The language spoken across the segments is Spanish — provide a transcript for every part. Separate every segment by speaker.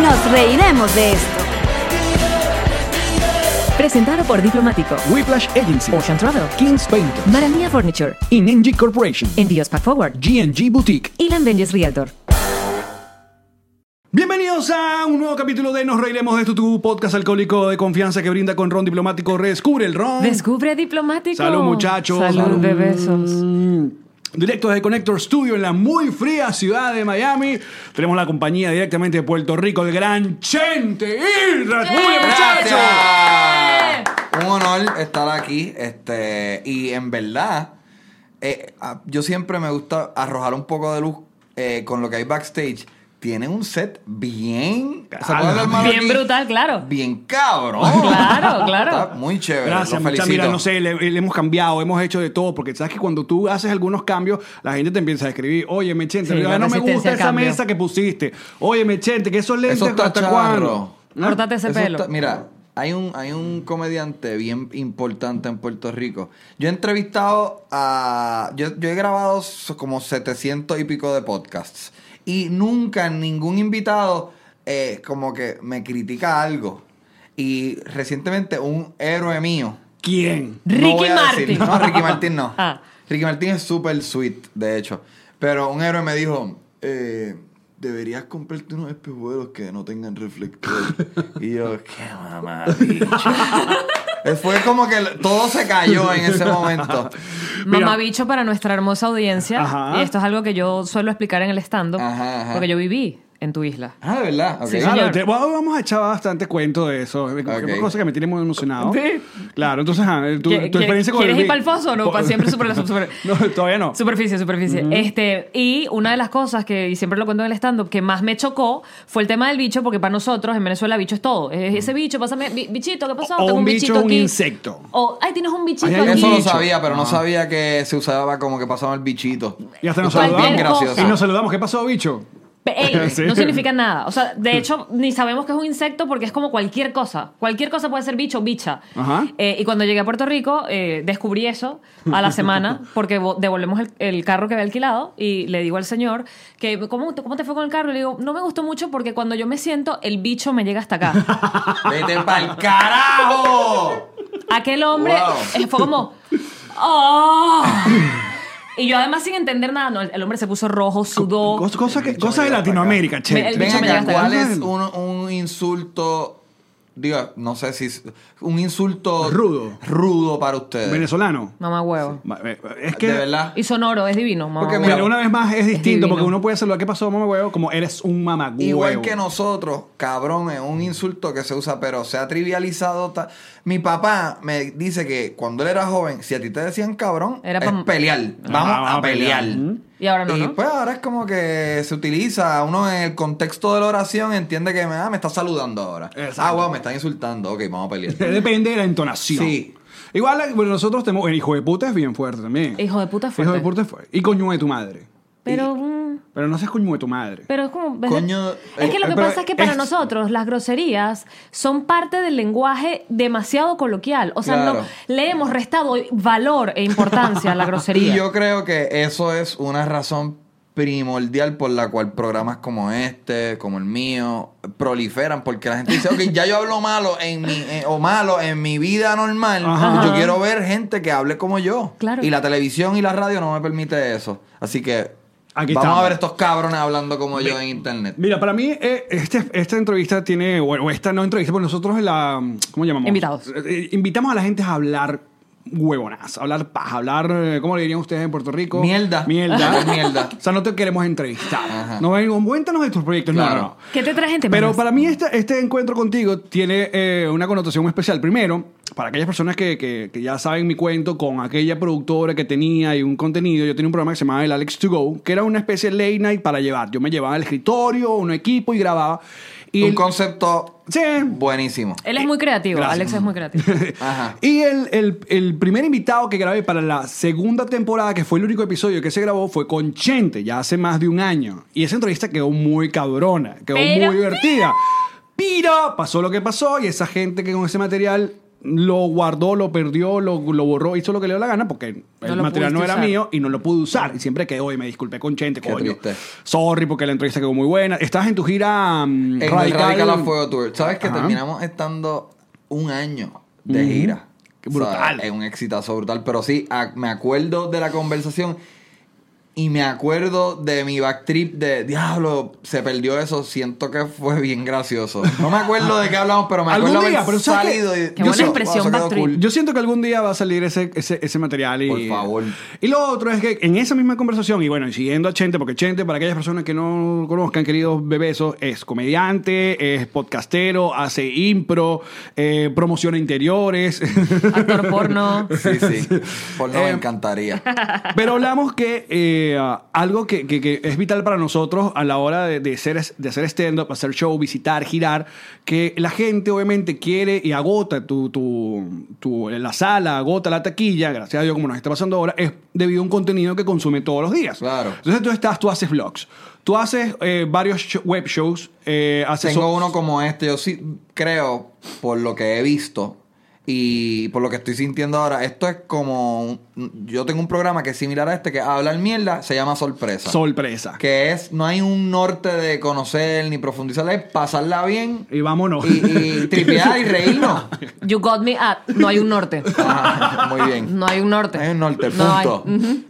Speaker 1: Nos reiremos de esto.
Speaker 2: Presentado por Diplomático,
Speaker 3: Whiplash Agency,
Speaker 2: Ocean Travel,
Speaker 3: Kings Painter,
Speaker 2: Maranía Furniture,
Speaker 3: ING Corporation,
Speaker 2: Envíos Pack Forward
Speaker 3: GNG Boutique.
Speaker 2: y Venges Realtor.
Speaker 3: Bienvenidos a un nuevo capítulo de Nos Reiremos de esto, tu podcast alcohólico de confianza que brinda con ron diplomático. Descubre el ron.
Speaker 2: Descubre Diplomático.
Speaker 3: Salud, muchachos.
Speaker 2: Salud,
Speaker 3: Salud.
Speaker 2: bebesos.
Speaker 3: Mm. Directo desde Connector Studio en la muy fría ciudad de Miami. Tenemos la compañía directamente de Puerto Rico, el gran Chente Irras. ¡Muy bien, muchachos!
Speaker 4: Gracias. Un honor estar aquí. Este, y en verdad, eh, a- yo siempre me gusta arrojar un poco de luz eh, con lo que hay backstage. Tienen un set bien. ¿se acuerdan del maletín?
Speaker 2: Bien brutal, claro.
Speaker 4: Bien cabrón.
Speaker 2: Claro, claro.
Speaker 4: Está muy chévere.
Speaker 3: Gracias,
Speaker 4: Gracias,
Speaker 3: muchas. Mira, no sé, le, le hemos cambiado, hemos hecho de todo, porque sabes que cuando tú haces algunos cambios, la gente te empieza a escribir, oye, Mechente,
Speaker 2: Sí, la
Speaker 3: "Ah, no me
Speaker 2: resistencia
Speaker 3: gusta
Speaker 2: al
Speaker 3: esa
Speaker 2: cambio.
Speaker 3: mesa que pusiste. Oye, Mechente, que esos lentes,
Speaker 4: Esos
Speaker 3: ¿hasta
Speaker 4: tacharros.
Speaker 3: cuándo? ¿Ah?
Speaker 2: Cortate ese
Speaker 4: Eso
Speaker 2: pelo.
Speaker 4: está- mira, hay un, hay un comediante bien importante en Puerto Rico. Yo he entrevistado a... Yo, yo he grabado so- como 700 y pico de podcasts. Y nunca ningún invitado eh, como que me critica algo. Y recientemente un héroe mío...
Speaker 3: ¿Quién?
Speaker 4: No
Speaker 2: Ricky
Speaker 4: voy a
Speaker 2: Martin.
Speaker 4: decir- No, Ricky Martin no.
Speaker 2: Ah.
Speaker 4: Ricky Martin es súper sweet, de hecho. Pero un héroe me dijo, eh, deberías comprarte unos espejuelos que no tengan reflector. y yo, qué mamá. Fue como que todo se cayó en ese momento.
Speaker 3: Mira.
Speaker 2: Mamabicho para nuestra hermosa audiencia.
Speaker 3: Ajá.
Speaker 2: Y esto es algo que yo suelo explicar en el stand-up.
Speaker 4: Ajá, ajá.
Speaker 2: Porque yo viví en tu isla.
Speaker 4: Ah, de verdad. Ok.
Speaker 2: Sí,
Speaker 3: Claro,
Speaker 2: señor.
Speaker 3: te- bueno, vamos a echar bastante cuento de eso.
Speaker 4: Ok.
Speaker 3: Cosa que me tiene muy emocionado.
Speaker 2: Sí.
Speaker 3: Claro, entonces, ah, tu, tu
Speaker 2: ¿Qué- qué-
Speaker 3: experiencia con
Speaker 2: ¿Quieres
Speaker 3: el
Speaker 2: ir para el foso o no?
Speaker 3: Po-
Speaker 2: Para siempre super, super-
Speaker 3: No, todavía no.
Speaker 2: Superficie, superficie. Este, y una de las cosas que, y siempre lo cuento en el stand-up, que más me chocó fue el tema del bicho, porque para nosotros en Venezuela bicho es todo. Es ese bicho, pásame, bi- bichito, ¿qué pasó?
Speaker 3: O- o
Speaker 2: Tengo
Speaker 3: un bicho
Speaker 2: bichito
Speaker 3: o un
Speaker 2: aquí.
Speaker 3: insecto.
Speaker 2: O, ay, tienes un bichito
Speaker 3: Ay, ay,
Speaker 2: aquí.
Speaker 4: Eso lo
Speaker 3: Bicho.
Speaker 4: sabía, pero no
Speaker 3: Ajá.
Speaker 4: sabía que se usaba como que pasaba el bichito.
Speaker 3: Y hasta nos
Speaker 4: Está
Speaker 2: Cualquier
Speaker 3: saludamos.
Speaker 4: Bien gracioso.
Speaker 2: cosa.
Speaker 3: Y nos saludamos. ¿Qué pasó, bicho?
Speaker 2: Ey,
Speaker 3: Sí.
Speaker 2: No significa nada. O sea, de hecho, ni sabemos que es un insecto porque es como cualquier cosa. Cualquier cosa puede ser bicho, bicha.
Speaker 3: Ajá.
Speaker 2: Eh, y cuando llegué a Puerto Rico, eh, descubrí eso a la semana porque vo- devolvemos el, el carro que había alquilado y le digo al señor que, ¿cómo, te- cómo te fue con el carro? Y le digo, no me gustó mucho porque cuando yo me siento, el bicho me llega hasta acá.
Speaker 4: ¡Vete pa'l carajo!
Speaker 2: Aquel hombre
Speaker 4: Wow.
Speaker 2: eh, fue como, "Oh". Y yo además sin entender nada, no, el, el hombre se puso rojo, sudó.
Speaker 3: Cos- cosa que-
Speaker 4: bicho
Speaker 3: cosa de
Speaker 4: llega hasta
Speaker 3: Latinoamérica,
Speaker 2: Me- el
Speaker 3: che.
Speaker 4: Ven
Speaker 2: bicho me llega
Speaker 4: acá,
Speaker 2: hasta
Speaker 4: ¿cuál
Speaker 3: acá.
Speaker 4: es un, un insulto? Digo, no sé si. es- Un insulto.
Speaker 3: Rudo.
Speaker 4: Rudo para ustedes.
Speaker 3: Venezolano. eh,
Speaker 2: Mamá huevo.
Speaker 3: Es que
Speaker 4: De verdad.
Speaker 2: Y sonoro, es divino. mamá
Speaker 4: Porque
Speaker 2: huevo.
Speaker 4: mira,
Speaker 3: Pero una vez más es distinto
Speaker 2: divino.
Speaker 3: porque uno puede saludar qué pasó, mamá huevo, como eres un mamá huevo.
Speaker 4: Igual que nosotros, cabrón, es un insulto que se usa, pero se ha trivializado. ta- Mi papá me dice que cuando él era joven, si a ti te decían cabrón,
Speaker 2: Era
Speaker 4: es
Speaker 2: pa- Ah,
Speaker 4: pelear. Vamos
Speaker 3: vamos a
Speaker 4: a pelear.
Speaker 3: pelear. Ujú.
Speaker 2: Y ahora no,
Speaker 4: Y
Speaker 2: ¿no?
Speaker 4: pues ahora es como que se utiliza, uno en el contexto de la oración entiende que ah, me está saludando ahora.
Speaker 3: Exacto.
Speaker 4: Ah, wow, me están insultando. Ok, vamos a pelear.
Speaker 3: Depende de la entonación.
Speaker 4: Sí.
Speaker 3: Igual bueno, nosotros tenemos el hijo de puta es bien fuerte también.
Speaker 2: Hijo de puta es
Speaker 3: Hijo de
Speaker 2: fuerte.
Speaker 3: puta es fuerte. Y coño de tu madre.
Speaker 2: Pero, mm,
Speaker 3: Pero no seas coño de tu madre.
Speaker 2: pero es como... ¿ves?
Speaker 4: Coño,
Speaker 2: es que lo
Speaker 3: eh,
Speaker 2: que
Speaker 3: pero
Speaker 2: pasa es que para
Speaker 3: es-
Speaker 2: nosotros las groserías son parte del lenguaje demasiado coloquial. O sea,
Speaker 4: Claro.
Speaker 2: no, le hemos restado valor e importancia a la grosería.
Speaker 4: Y yo creo que eso es una razón primordial por la cual programas como este, como el mío, proliferan porque la gente dice, ok, ya yo hablo malo en mi, eh, o malo en mi vida normal,
Speaker 3: Ajá.
Speaker 4: yo quiero ver gente que hable como yo.
Speaker 2: Claro.
Speaker 4: Y la televisión y la radio no me permite eso. Así que
Speaker 3: Aquí
Speaker 4: vamos
Speaker 3: estamos.
Speaker 4: a ver estos cabrones hablando como yo en internet.
Speaker 3: Mira, para mí eh, este- esta entrevista tiene, o o esta no entrevista, porque nosotros la, ¿cómo llamamos?
Speaker 2: Invitados.
Speaker 3: Eh, eh, invitamos a la gente a hablar huevonazo, hablar paja, hablar, eh, ¿cómo le dirían ustedes en Puerto Rico?
Speaker 4: Mierda.
Speaker 3: Mierda.
Speaker 4: Mierda.
Speaker 3: O sea, no te queremos entrevistar.
Speaker 4: Ajá.
Speaker 3: No vengo, cuéntanos de tus proyectos. No,
Speaker 4: Claro.
Speaker 3: no, no.
Speaker 2: ¿Qué te traes en
Speaker 3: Pero para mí este, este encuentro contigo tiene eh, una connotación especial. Primero, para aquellas personas que, que- que ya saben mi cuento con aquella productora que tenía y un contenido, yo tenía un programa que se llamaba El Alex To Go, que era una especie de late night para llevar. Yo me llevaba al escritorio, un equipo y grababa. Y
Speaker 4: Un
Speaker 3: el-
Speaker 4: concepto
Speaker 3: Sí.
Speaker 4: buenísimo.
Speaker 2: Él es muy creativo,
Speaker 3: Gracias.
Speaker 2: Alex es muy creativo.
Speaker 4: Ajá.
Speaker 3: Y el, el- el primer invitado que grabé para la segunda temporada, que fue el único episodio que se grabó, fue con Chente, ya hace más de un año. Y esa entrevista quedó muy cabrona, quedó
Speaker 2: Pero-
Speaker 3: muy divertida. Pero pasó lo que pasó y esa gente que con ese material lo guardó, lo perdió, lo, lo borró, hizo lo que le dio la gana porque el
Speaker 2: lo
Speaker 3: material no
Speaker 2: pudiste
Speaker 3: era
Speaker 2: usar.
Speaker 3: mío y no lo pude usar. Y siempre quedó y me disculpé con Chente,
Speaker 4: Qué
Speaker 3: coño.
Speaker 4: triste.
Speaker 3: Sorry porque la entrevista quedó muy buena. Estás en tu gira mm,
Speaker 4: En el Radical a Fuego Tour. ¿Sabes que
Speaker 3: Ajá.
Speaker 4: terminamos estando un año de gira?
Speaker 3: Qué brutal.
Speaker 4: O sea, es un exitazo brutal. Pero sí, a- me acuerdo de la conversación y me acuerdo de mi back trip de diablo, se perdió eso. Siento que fue bien gracioso. No me acuerdo de qué hablamos, pero me
Speaker 3: Algún
Speaker 4: acuerdo
Speaker 3: día,
Speaker 4: haber
Speaker 3: pero ¿sabes qué?
Speaker 4: salido y
Speaker 3: Qué
Speaker 4: yo
Speaker 2: buena
Speaker 4: sé,
Speaker 2: impresión,
Speaker 4: wow, eso quedó
Speaker 2: back trip.
Speaker 4: cool.
Speaker 3: Yo siento que algún día va a salir ese, ese, ese material y...
Speaker 4: Por favor.
Speaker 3: Y lo otro es que en esa misma conversación, y bueno, y siguiendo a Chente, porque Chente, para aquellas personas que no lo conozcan, queridos bebesos, es comediante, es podcastero, hace impro, eh, promociona interiores.
Speaker 2: Actor porno.
Speaker 4: Sí, sí. Por no me
Speaker 3: Eh,
Speaker 4: encantaría.
Speaker 3: Pero hablamos que eh, algo que, que- que es vital para nosotros a la hora de, de hacer, de hacer stand-up, hacer show, visitar, girar, que la gente obviamente quiere y agota tu, tu, tu- eh, la sala, agota la taquilla, gracias a Dios como nos está pasando ahora, es debido a un contenido que consume todos los días.
Speaker 4: Claro.
Speaker 3: Entonces tú estás, tú haces vlogs, tú haces eh, varios sh- web shows, eh, haces...
Speaker 4: Tengo
Speaker 3: so-
Speaker 4: uno como este. Yo sí creo, por lo que he visto y por lo que estoy sintiendo ahora, esto es como. un- yo tengo un programa que es similar a este, que hablar mierda, se llama Sorpresa.
Speaker 3: Sorpresa.
Speaker 4: que es, no hay un norte de conocer ni profundizar, es pasarla bien
Speaker 3: Y vámonos.
Speaker 4: y, y tripear y reírnos.
Speaker 2: You got me at. No hay un norte.
Speaker 4: Ah, muy bien.
Speaker 2: No hay un norte.
Speaker 4: No hay un norte,
Speaker 2: No hay.
Speaker 4: punto.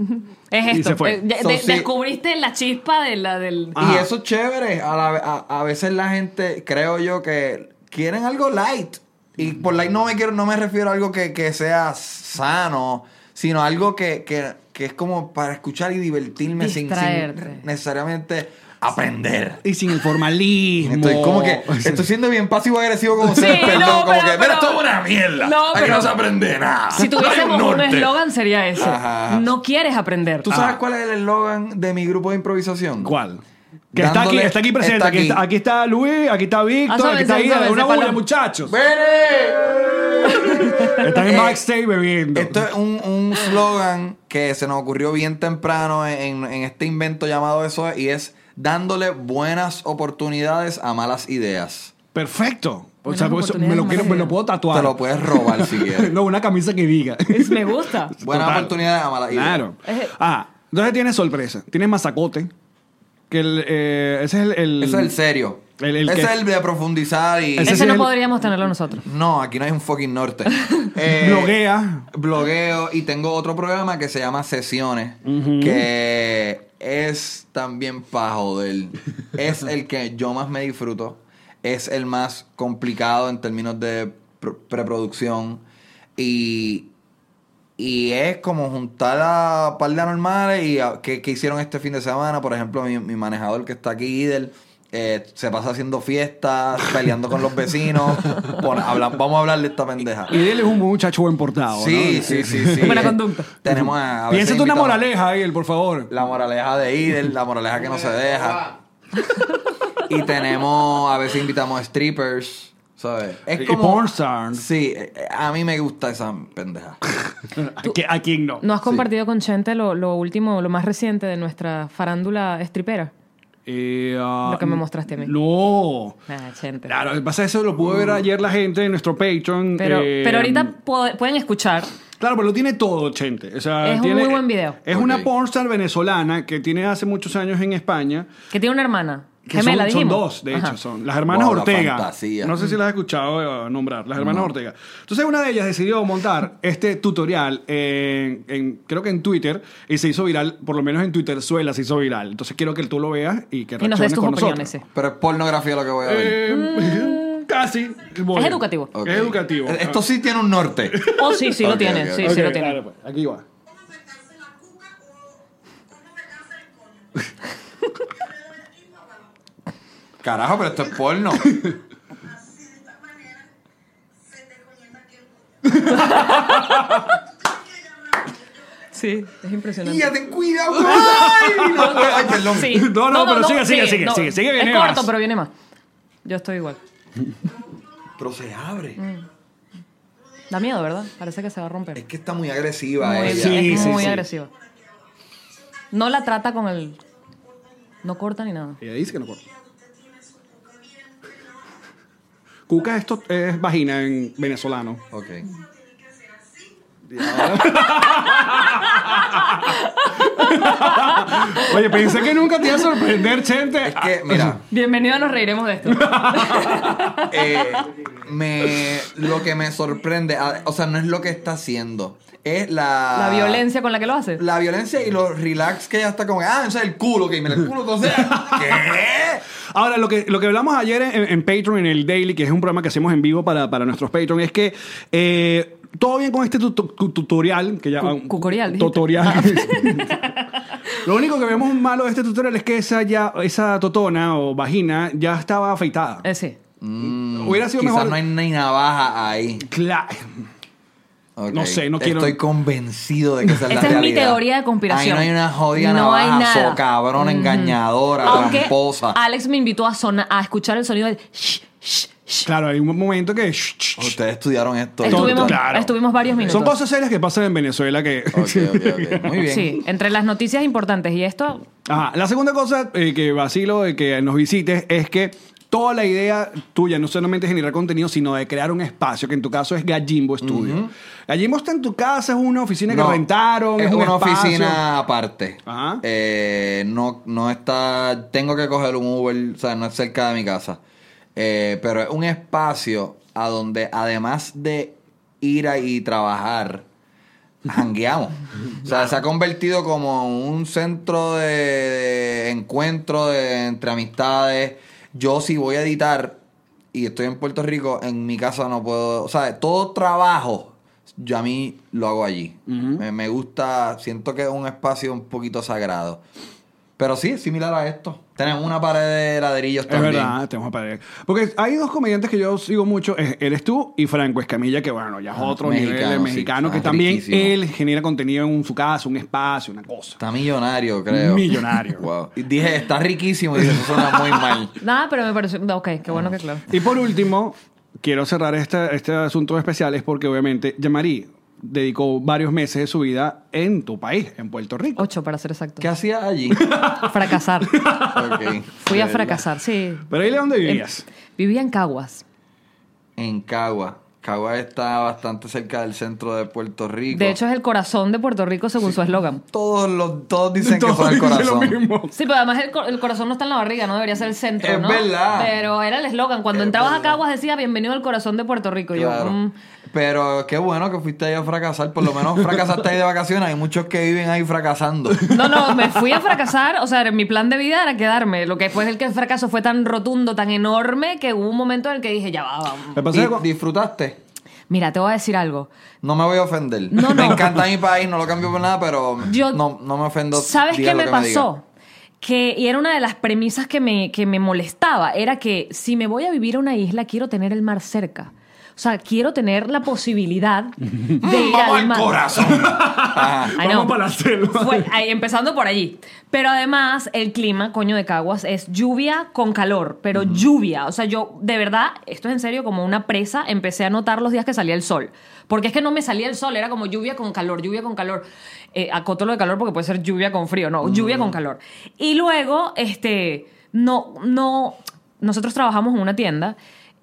Speaker 2: Ujú. Es
Speaker 3: Y
Speaker 2: esto.
Speaker 3: se fue.
Speaker 2: Eh, de-
Speaker 4: So,
Speaker 2: de-
Speaker 4: sí.
Speaker 2: Descubriste la chispa de la del.
Speaker 4: Y
Speaker 3: Ajá.
Speaker 4: eso es chévere. A, la- a- a veces la gente, creo yo, que quieren algo light. Y por light no me quiero, no me refiero a algo que, que sea sano, sino algo que, que- que es como para escuchar y divertirme sin- sin
Speaker 2: Distraerte.
Speaker 4: necesariamente aprender.
Speaker 3: Y sin el formalismo.
Speaker 4: Estoy como que estoy siendo bien pasivo agresivo como se
Speaker 2: no,
Speaker 4: como
Speaker 2: pero-
Speaker 4: que pero
Speaker 2: pero-
Speaker 4: esto es una mierda.
Speaker 2: No,
Speaker 4: Aquí
Speaker 2: pero-
Speaker 4: no se aprende nada.
Speaker 2: Si
Speaker 4: Ah, No hay
Speaker 2: tuviésemos un
Speaker 4: norte.
Speaker 2: eslogan sería ese.
Speaker 4: Ajá.
Speaker 2: No quieres aprender. Ah.
Speaker 4: ¿Tú sabes cuál es el eslogan de mi grupo de improvisación?
Speaker 3: ¿Cuál? Que está
Speaker 4: Dándole-
Speaker 3: aquí, está aquí presente.
Speaker 4: está
Speaker 3: aquí.
Speaker 4: aquí.
Speaker 3: está, aquí está Luis, aquí está Víctor,
Speaker 2: Ah, sabe,
Speaker 3: aquí está
Speaker 2: sabe,
Speaker 3: Ida.
Speaker 2: sabe,
Speaker 3: una
Speaker 2: sepa
Speaker 3: bulla,
Speaker 2: lo-
Speaker 3: muchachos.
Speaker 4: ¡Vene!
Speaker 3: Están en
Speaker 4: Eh,
Speaker 3: backstage bebiendo.
Speaker 4: Esto es un un slogan que se nos ocurrió bien temprano en, en este invento llamado eso es, y es dándole buenas oportunidades a malas ideas.
Speaker 3: Perfecto. O
Speaker 2: Buenas
Speaker 3: sea, pues, me, lo
Speaker 2: oportunidades,
Speaker 3: quiero, me lo
Speaker 2: María.
Speaker 3: puedo tatuar.
Speaker 4: Te lo puedes robar si quieres.
Speaker 3: no, una camisa que diga.
Speaker 2: Es- me gusta.
Speaker 4: Buenas
Speaker 3: Total.
Speaker 4: oportunidades a malas ideas.
Speaker 3: Claro.
Speaker 2: Eh.
Speaker 3: Ah, entonces tienes sorpresa. Tienes mazacote. Que el, eh, ese es el, el-
Speaker 4: Eso es el serio.
Speaker 3: El- el
Speaker 4: Ese
Speaker 3: que-
Speaker 4: es el de profundizar y...
Speaker 3: Ese
Speaker 2: Ese,
Speaker 3: sí
Speaker 2: no
Speaker 3: es-
Speaker 2: podríamos tenerlo nosotros.
Speaker 4: No, aquí no hay un fucking norte. Eh,
Speaker 3: Bloguea.
Speaker 4: Blogueo. Y tengo otro programa que se llama Sesiones. Que es también para joder. es el que yo más me disfruto. Es el más complicado en términos de pr- preproducción. Y, y es como juntar a par de anormales y a- que, que hicieron este fin de semana. Por ejemplo, mi, mi manejador que está aquí, Idel, eh, se pasa haciendo fiestas, peleando con los vecinos. Pon- habla- vamos a hablar de esta pendeja.
Speaker 3: Y él es un muchacho buen portado.
Speaker 4: Ah, Sí,
Speaker 3: ¿no?
Speaker 4: sí, sí, sí.
Speaker 2: Buena
Speaker 4: Eh,
Speaker 2: conducta.
Speaker 4: Tenemos a. a veces
Speaker 3: Piénsate una
Speaker 4: invitamos-
Speaker 3: moraleja, él, por favor.
Speaker 4: La moraleja de Idel, la moraleja que no se deja. Y tenemos, a veces invitamos strippers, ¿sabes?
Speaker 3: Y
Speaker 4: Es
Speaker 3: pornstars.
Speaker 4: Sí, eh, a mí me gusta esa pendeja.
Speaker 3: ¿A, qui- a quién no?
Speaker 2: ¿No has
Speaker 4: Sí.
Speaker 2: compartido con Chente lo, lo último, lo más reciente de nuestra farándula stripera?
Speaker 3: Eh, ah,
Speaker 2: Lo que me mostraste a mí.
Speaker 3: No.
Speaker 2: Ah, Chente.
Speaker 3: Claro, lo que pasa es que eso lo
Speaker 4: Mm.
Speaker 3: pudo ver ayer la gente en nuestro Patreon.
Speaker 2: Pero,
Speaker 3: eh,
Speaker 2: pero ahorita pod- pueden escuchar.
Speaker 3: Claro, pero lo tiene todo, Chente. O sea,
Speaker 2: Es un
Speaker 3: tiene-
Speaker 2: muy buen video.
Speaker 3: Es
Speaker 4: Ok.
Speaker 3: una pornstar venezolana que tiene hace muchos años en España.
Speaker 2: Que tiene una hermana.
Speaker 3: Que
Speaker 2: Gemela,
Speaker 3: son, son
Speaker 2: dijimos.
Speaker 3: dos, de hecho,
Speaker 2: Ajá.
Speaker 3: son las hermanas
Speaker 4: Wow, la
Speaker 3: Ortega.
Speaker 4: fantasía.
Speaker 3: no sé si las has escuchado eh, nombrar, las hermanas Ortega. Entonces, una de ellas decidió montar este tutorial, en, en- creo que en Twitter, y se hizo viral, por lo menos en Twitter suela se hizo viral. Entonces, quiero que tú lo veas y que
Speaker 2: Y nos des
Speaker 3: reacciones
Speaker 2: tus
Speaker 3: con
Speaker 2: opiniones,
Speaker 3: nosotros.
Speaker 2: sí.
Speaker 4: Pero es pornografía lo que voy a ver.
Speaker 3: Eh, Casi. bueno.
Speaker 2: educativo.
Speaker 4: Ok. Eh,
Speaker 3: Es educativo.
Speaker 4: Esto sí tiene un norte.
Speaker 2: Oh, sí, sí
Speaker 4: Ok,
Speaker 2: lo tiene.
Speaker 4: ok,
Speaker 2: Sí,
Speaker 3: Ah,
Speaker 2: sí
Speaker 3: ok,
Speaker 2: lo tiene.
Speaker 3: dale, pues, aquí va.
Speaker 4: Carajo, pero esto es porno.
Speaker 2: Sí, es impresionante.
Speaker 4: ¡Ya ten cuidado! ¡Ay! No, ay, perdón.
Speaker 2: Sí.
Speaker 3: No, no, pero sigue, sigue, sigue, sigue, sigue, viene
Speaker 2: Es corto,
Speaker 3: más.
Speaker 2: pero viene más. Yo estoy igual.
Speaker 4: Pero se abre.
Speaker 2: Mm. Da miedo, ¿verdad? Parece que se va a romper.
Speaker 4: Es que está muy agresiva
Speaker 2: Muy-
Speaker 4: ella.
Speaker 3: Sí,
Speaker 2: es
Speaker 3: sí,
Speaker 2: muy
Speaker 3: sí.
Speaker 2: agresiva. No la trata con el... No corta ni nada.
Speaker 3: Ella dice que no corta. Cuca esto es vagina en venezolano.
Speaker 4: Ok.
Speaker 3: Oye, pensé que nunca te iba a sorprender, gente.
Speaker 4: Es que, mira,
Speaker 2: Bienvenido a Nos Reiremos de esto.
Speaker 4: eh, me, lo que me sorprende, ah, o sea, no es lo que está haciendo, es la...
Speaker 2: La violencia con la que lo hace.
Speaker 4: Ah. La violencia y los relax que ella está como, ah, ese es el culo, que mira el culo, entonces, ¿qué?
Speaker 3: Ahora, lo que, lo que hablamos ayer en, en Patreon, en el Daily, que es un programa que hacemos en vivo para, para nuestros Patreon, es que eh, todo bien con este tu- tu- tutorial. Que ya,
Speaker 2: Cu- cucorial, dijiste.
Speaker 3: Tutorial. lo único que vemos malo de este tutorial es que esa, ya, esa totona o vagina ya estaba afeitada.
Speaker 2: Eh, sí.
Speaker 3: Hubiera sido
Speaker 4: Mm, Quizás
Speaker 3: mejor.
Speaker 4: no hay ni navaja ahí.
Speaker 3: Cla-
Speaker 4: Ok.
Speaker 3: No sé, no quiero-
Speaker 4: Estoy convencido de que esa es la
Speaker 2: Esa es mi
Speaker 4: realidad.
Speaker 2: teoría de conspiración.
Speaker 4: Ahí no hay una jodida
Speaker 2: No hay
Speaker 4: navaja,
Speaker 2: nada.
Speaker 4: socabrona, engañadora,
Speaker 2: Aunque
Speaker 4: tramposa.
Speaker 2: Alex me invitó a, sona- a escuchar el sonido del... shh, shh, shh.
Speaker 3: Claro, hay un momento que. shh, shh, shh.
Speaker 4: Ustedes estudiaron esto.
Speaker 2: Estuvimos,
Speaker 4: Ok,
Speaker 3: claro.
Speaker 2: estuvimos varios minutos.
Speaker 3: Son cosas serias que pasan en Venezuela que.
Speaker 4: ok, ok. Muy bien.
Speaker 2: Sí, entre las noticias importantes y esto,
Speaker 3: Ajá. La segunda cosa eh, que vacilo de que nos visites es que toda la idea tuya no solamente es generar contenido, sino de crear un espacio, que en tu caso es Gallimbo Studio. Gallimbo está en tu casa, es una oficina
Speaker 4: No,
Speaker 3: que rentaron,
Speaker 4: Es,
Speaker 3: un
Speaker 4: una
Speaker 3: espacio.
Speaker 4: oficina aparte.
Speaker 3: Ajá.
Speaker 4: Eh, no, no está. Tengo que coger un Uber, o sea, no es cerca de mi casa. Eh, pero es un espacio a donde, además de ir ahí y trabajar, jangueamos. o sea, se ha convertido como un centro de, de encuentro de, entre amistades. Yo, si voy a editar y estoy en Puerto Rico, en mi casa no puedo. O sea, todo trabajo, yo a mí lo hago allí. me, me gusta, siento que es un espacio un poquito sagrado. Pero sí, es similar a esto. Tenemos una pared de ladrillos
Speaker 3: Es
Speaker 4: también.
Speaker 3: verdad, tenemos pareja. Porque hay dos comediantes que yo sigo mucho, es- eres tú y Franco Escamilla, que bueno, ya es
Speaker 4: Ah,
Speaker 3: otro
Speaker 4: mexicano,
Speaker 3: nivel de
Speaker 4: sí.
Speaker 3: mexicano, que
Speaker 4: Ah,
Speaker 3: también
Speaker 4: riquísimo.
Speaker 3: él genera contenido en un- su casa, un espacio, una cosa.
Speaker 4: Está millonario, creo.
Speaker 3: Millonario.
Speaker 4: Wow. Y dije, está riquísimo. Y dije, eso suena muy mal.
Speaker 2: nada, pero me pareció... no, Ok, qué
Speaker 4: Ah.
Speaker 2: bueno que claro.
Speaker 3: Y por último, quiero cerrar este, este asunto especial es porque obviamente Yamari dedicó varios meses de su vida en tu país, en Puerto Rico.
Speaker 2: Ocho, para ser exacto.
Speaker 4: ¿Qué hacía allí?
Speaker 2: Fracasar.
Speaker 4: Ok.
Speaker 2: Fui a
Speaker 4: De verdad.
Speaker 2: fracasar, sí. Em,
Speaker 3: Pero ahí dónde vivías.
Speaker 2: Vivía en Caguas.
Speaker 4: En Cagua. Cagua está bastante cerca del centro de Puerto Rico.
Speaker 2: De hecho, es el corazón de Puerto Rico según su eslogan.
Speaker 4: todos los todos dicen
Speaker 3: Todos
Speaker 4: que son el
Speaker 3: dicen
Speaker 4: corazón.
Speaker 3: lo mismo.
Speaker 2: Sí, pero además el, cor- el corazón no está en la barriga, ¿no? Debería ser el centro,
Speaker 4: Es
Speaker 2: ¿no?
Speaker 4: verdad.
Speaker 2: Pero era el eslogan. Cuando
Speaker 4: Es
Speaker 2: entrabas
Speaker 4: verdad.
Speaker 2: a Caguas decía, bienvenido al corazón de Puerto Rico. Y
Speaker 4: Claro.
Speaker 2: Yo, mm,
Speaker 4: Pero qué bueno que fuiste ahí a fracasar. Por lo menos fracasaste ahí de vacaciones. Hay muchos que viven ahí fracasando.
Speaker 2: No, no, me fui a fracasar. O sea, mi plan de vida era quedarme. Lo que fue el que el fracaso fue tan rotundo, tan enorme, que hubo un momento en el que dije, ya va, vamos.
Speaker 3: Me
Speaker 4: ¿Y
Speaker 3: pasé con-
Speaker 4: ¿Disfrutaste?
Speaker 2: Mira, te voy a decir algo.
Speaker 4: No me voy a ofender.
Speaker 2: No,
Speaker 4: Me
Speaker 2: no.
Speaker 4: encanta mi país, no lo cambio por nada, pero
Speaker 2: Yo-
Speaker 4: no, no me ofendo.
Speaker 2: ¿Sabes
Speaker 4: diga
Speaker 2: qué
Speaker 4: lo
Speaker 2: me
Speaker 4: que
Speaker 2: pasó? que, y era una de las premisas que me, que me molestaba, era que si me voy a vivir a una isla, quiero tener el mar cerca. O sea, quiero tener la posibilidad de
Speaker 4: diga.
Speaker 2: ir
Speaker 4: ¡Vamos
Speaker 2: al
Speaker 4: al
Speaker 2: mar.
Speaker 4: corazón! Ajá.
Speaker 2: I
Speaker 3: Vamos
Speaker 2: know.
Speaker 3: para la selva.
Speaker 2: Fue- ahí, empezando por allí. Pero además, el clima, coño de Caguas, es lluvia con calor, pero lluvia. O sea, yo, de verdad, esto es en serio, como una presa, empecé a notar los días que salía el sol. Porque es que no me salía el sol, era como lluvia con calor, lluvia con calor. Eh, acoto lo de calor porque puede ser lluvia con frío, no, lluvia con calor. Y luego, este, no, no, nosotros trabajamos en una tienda.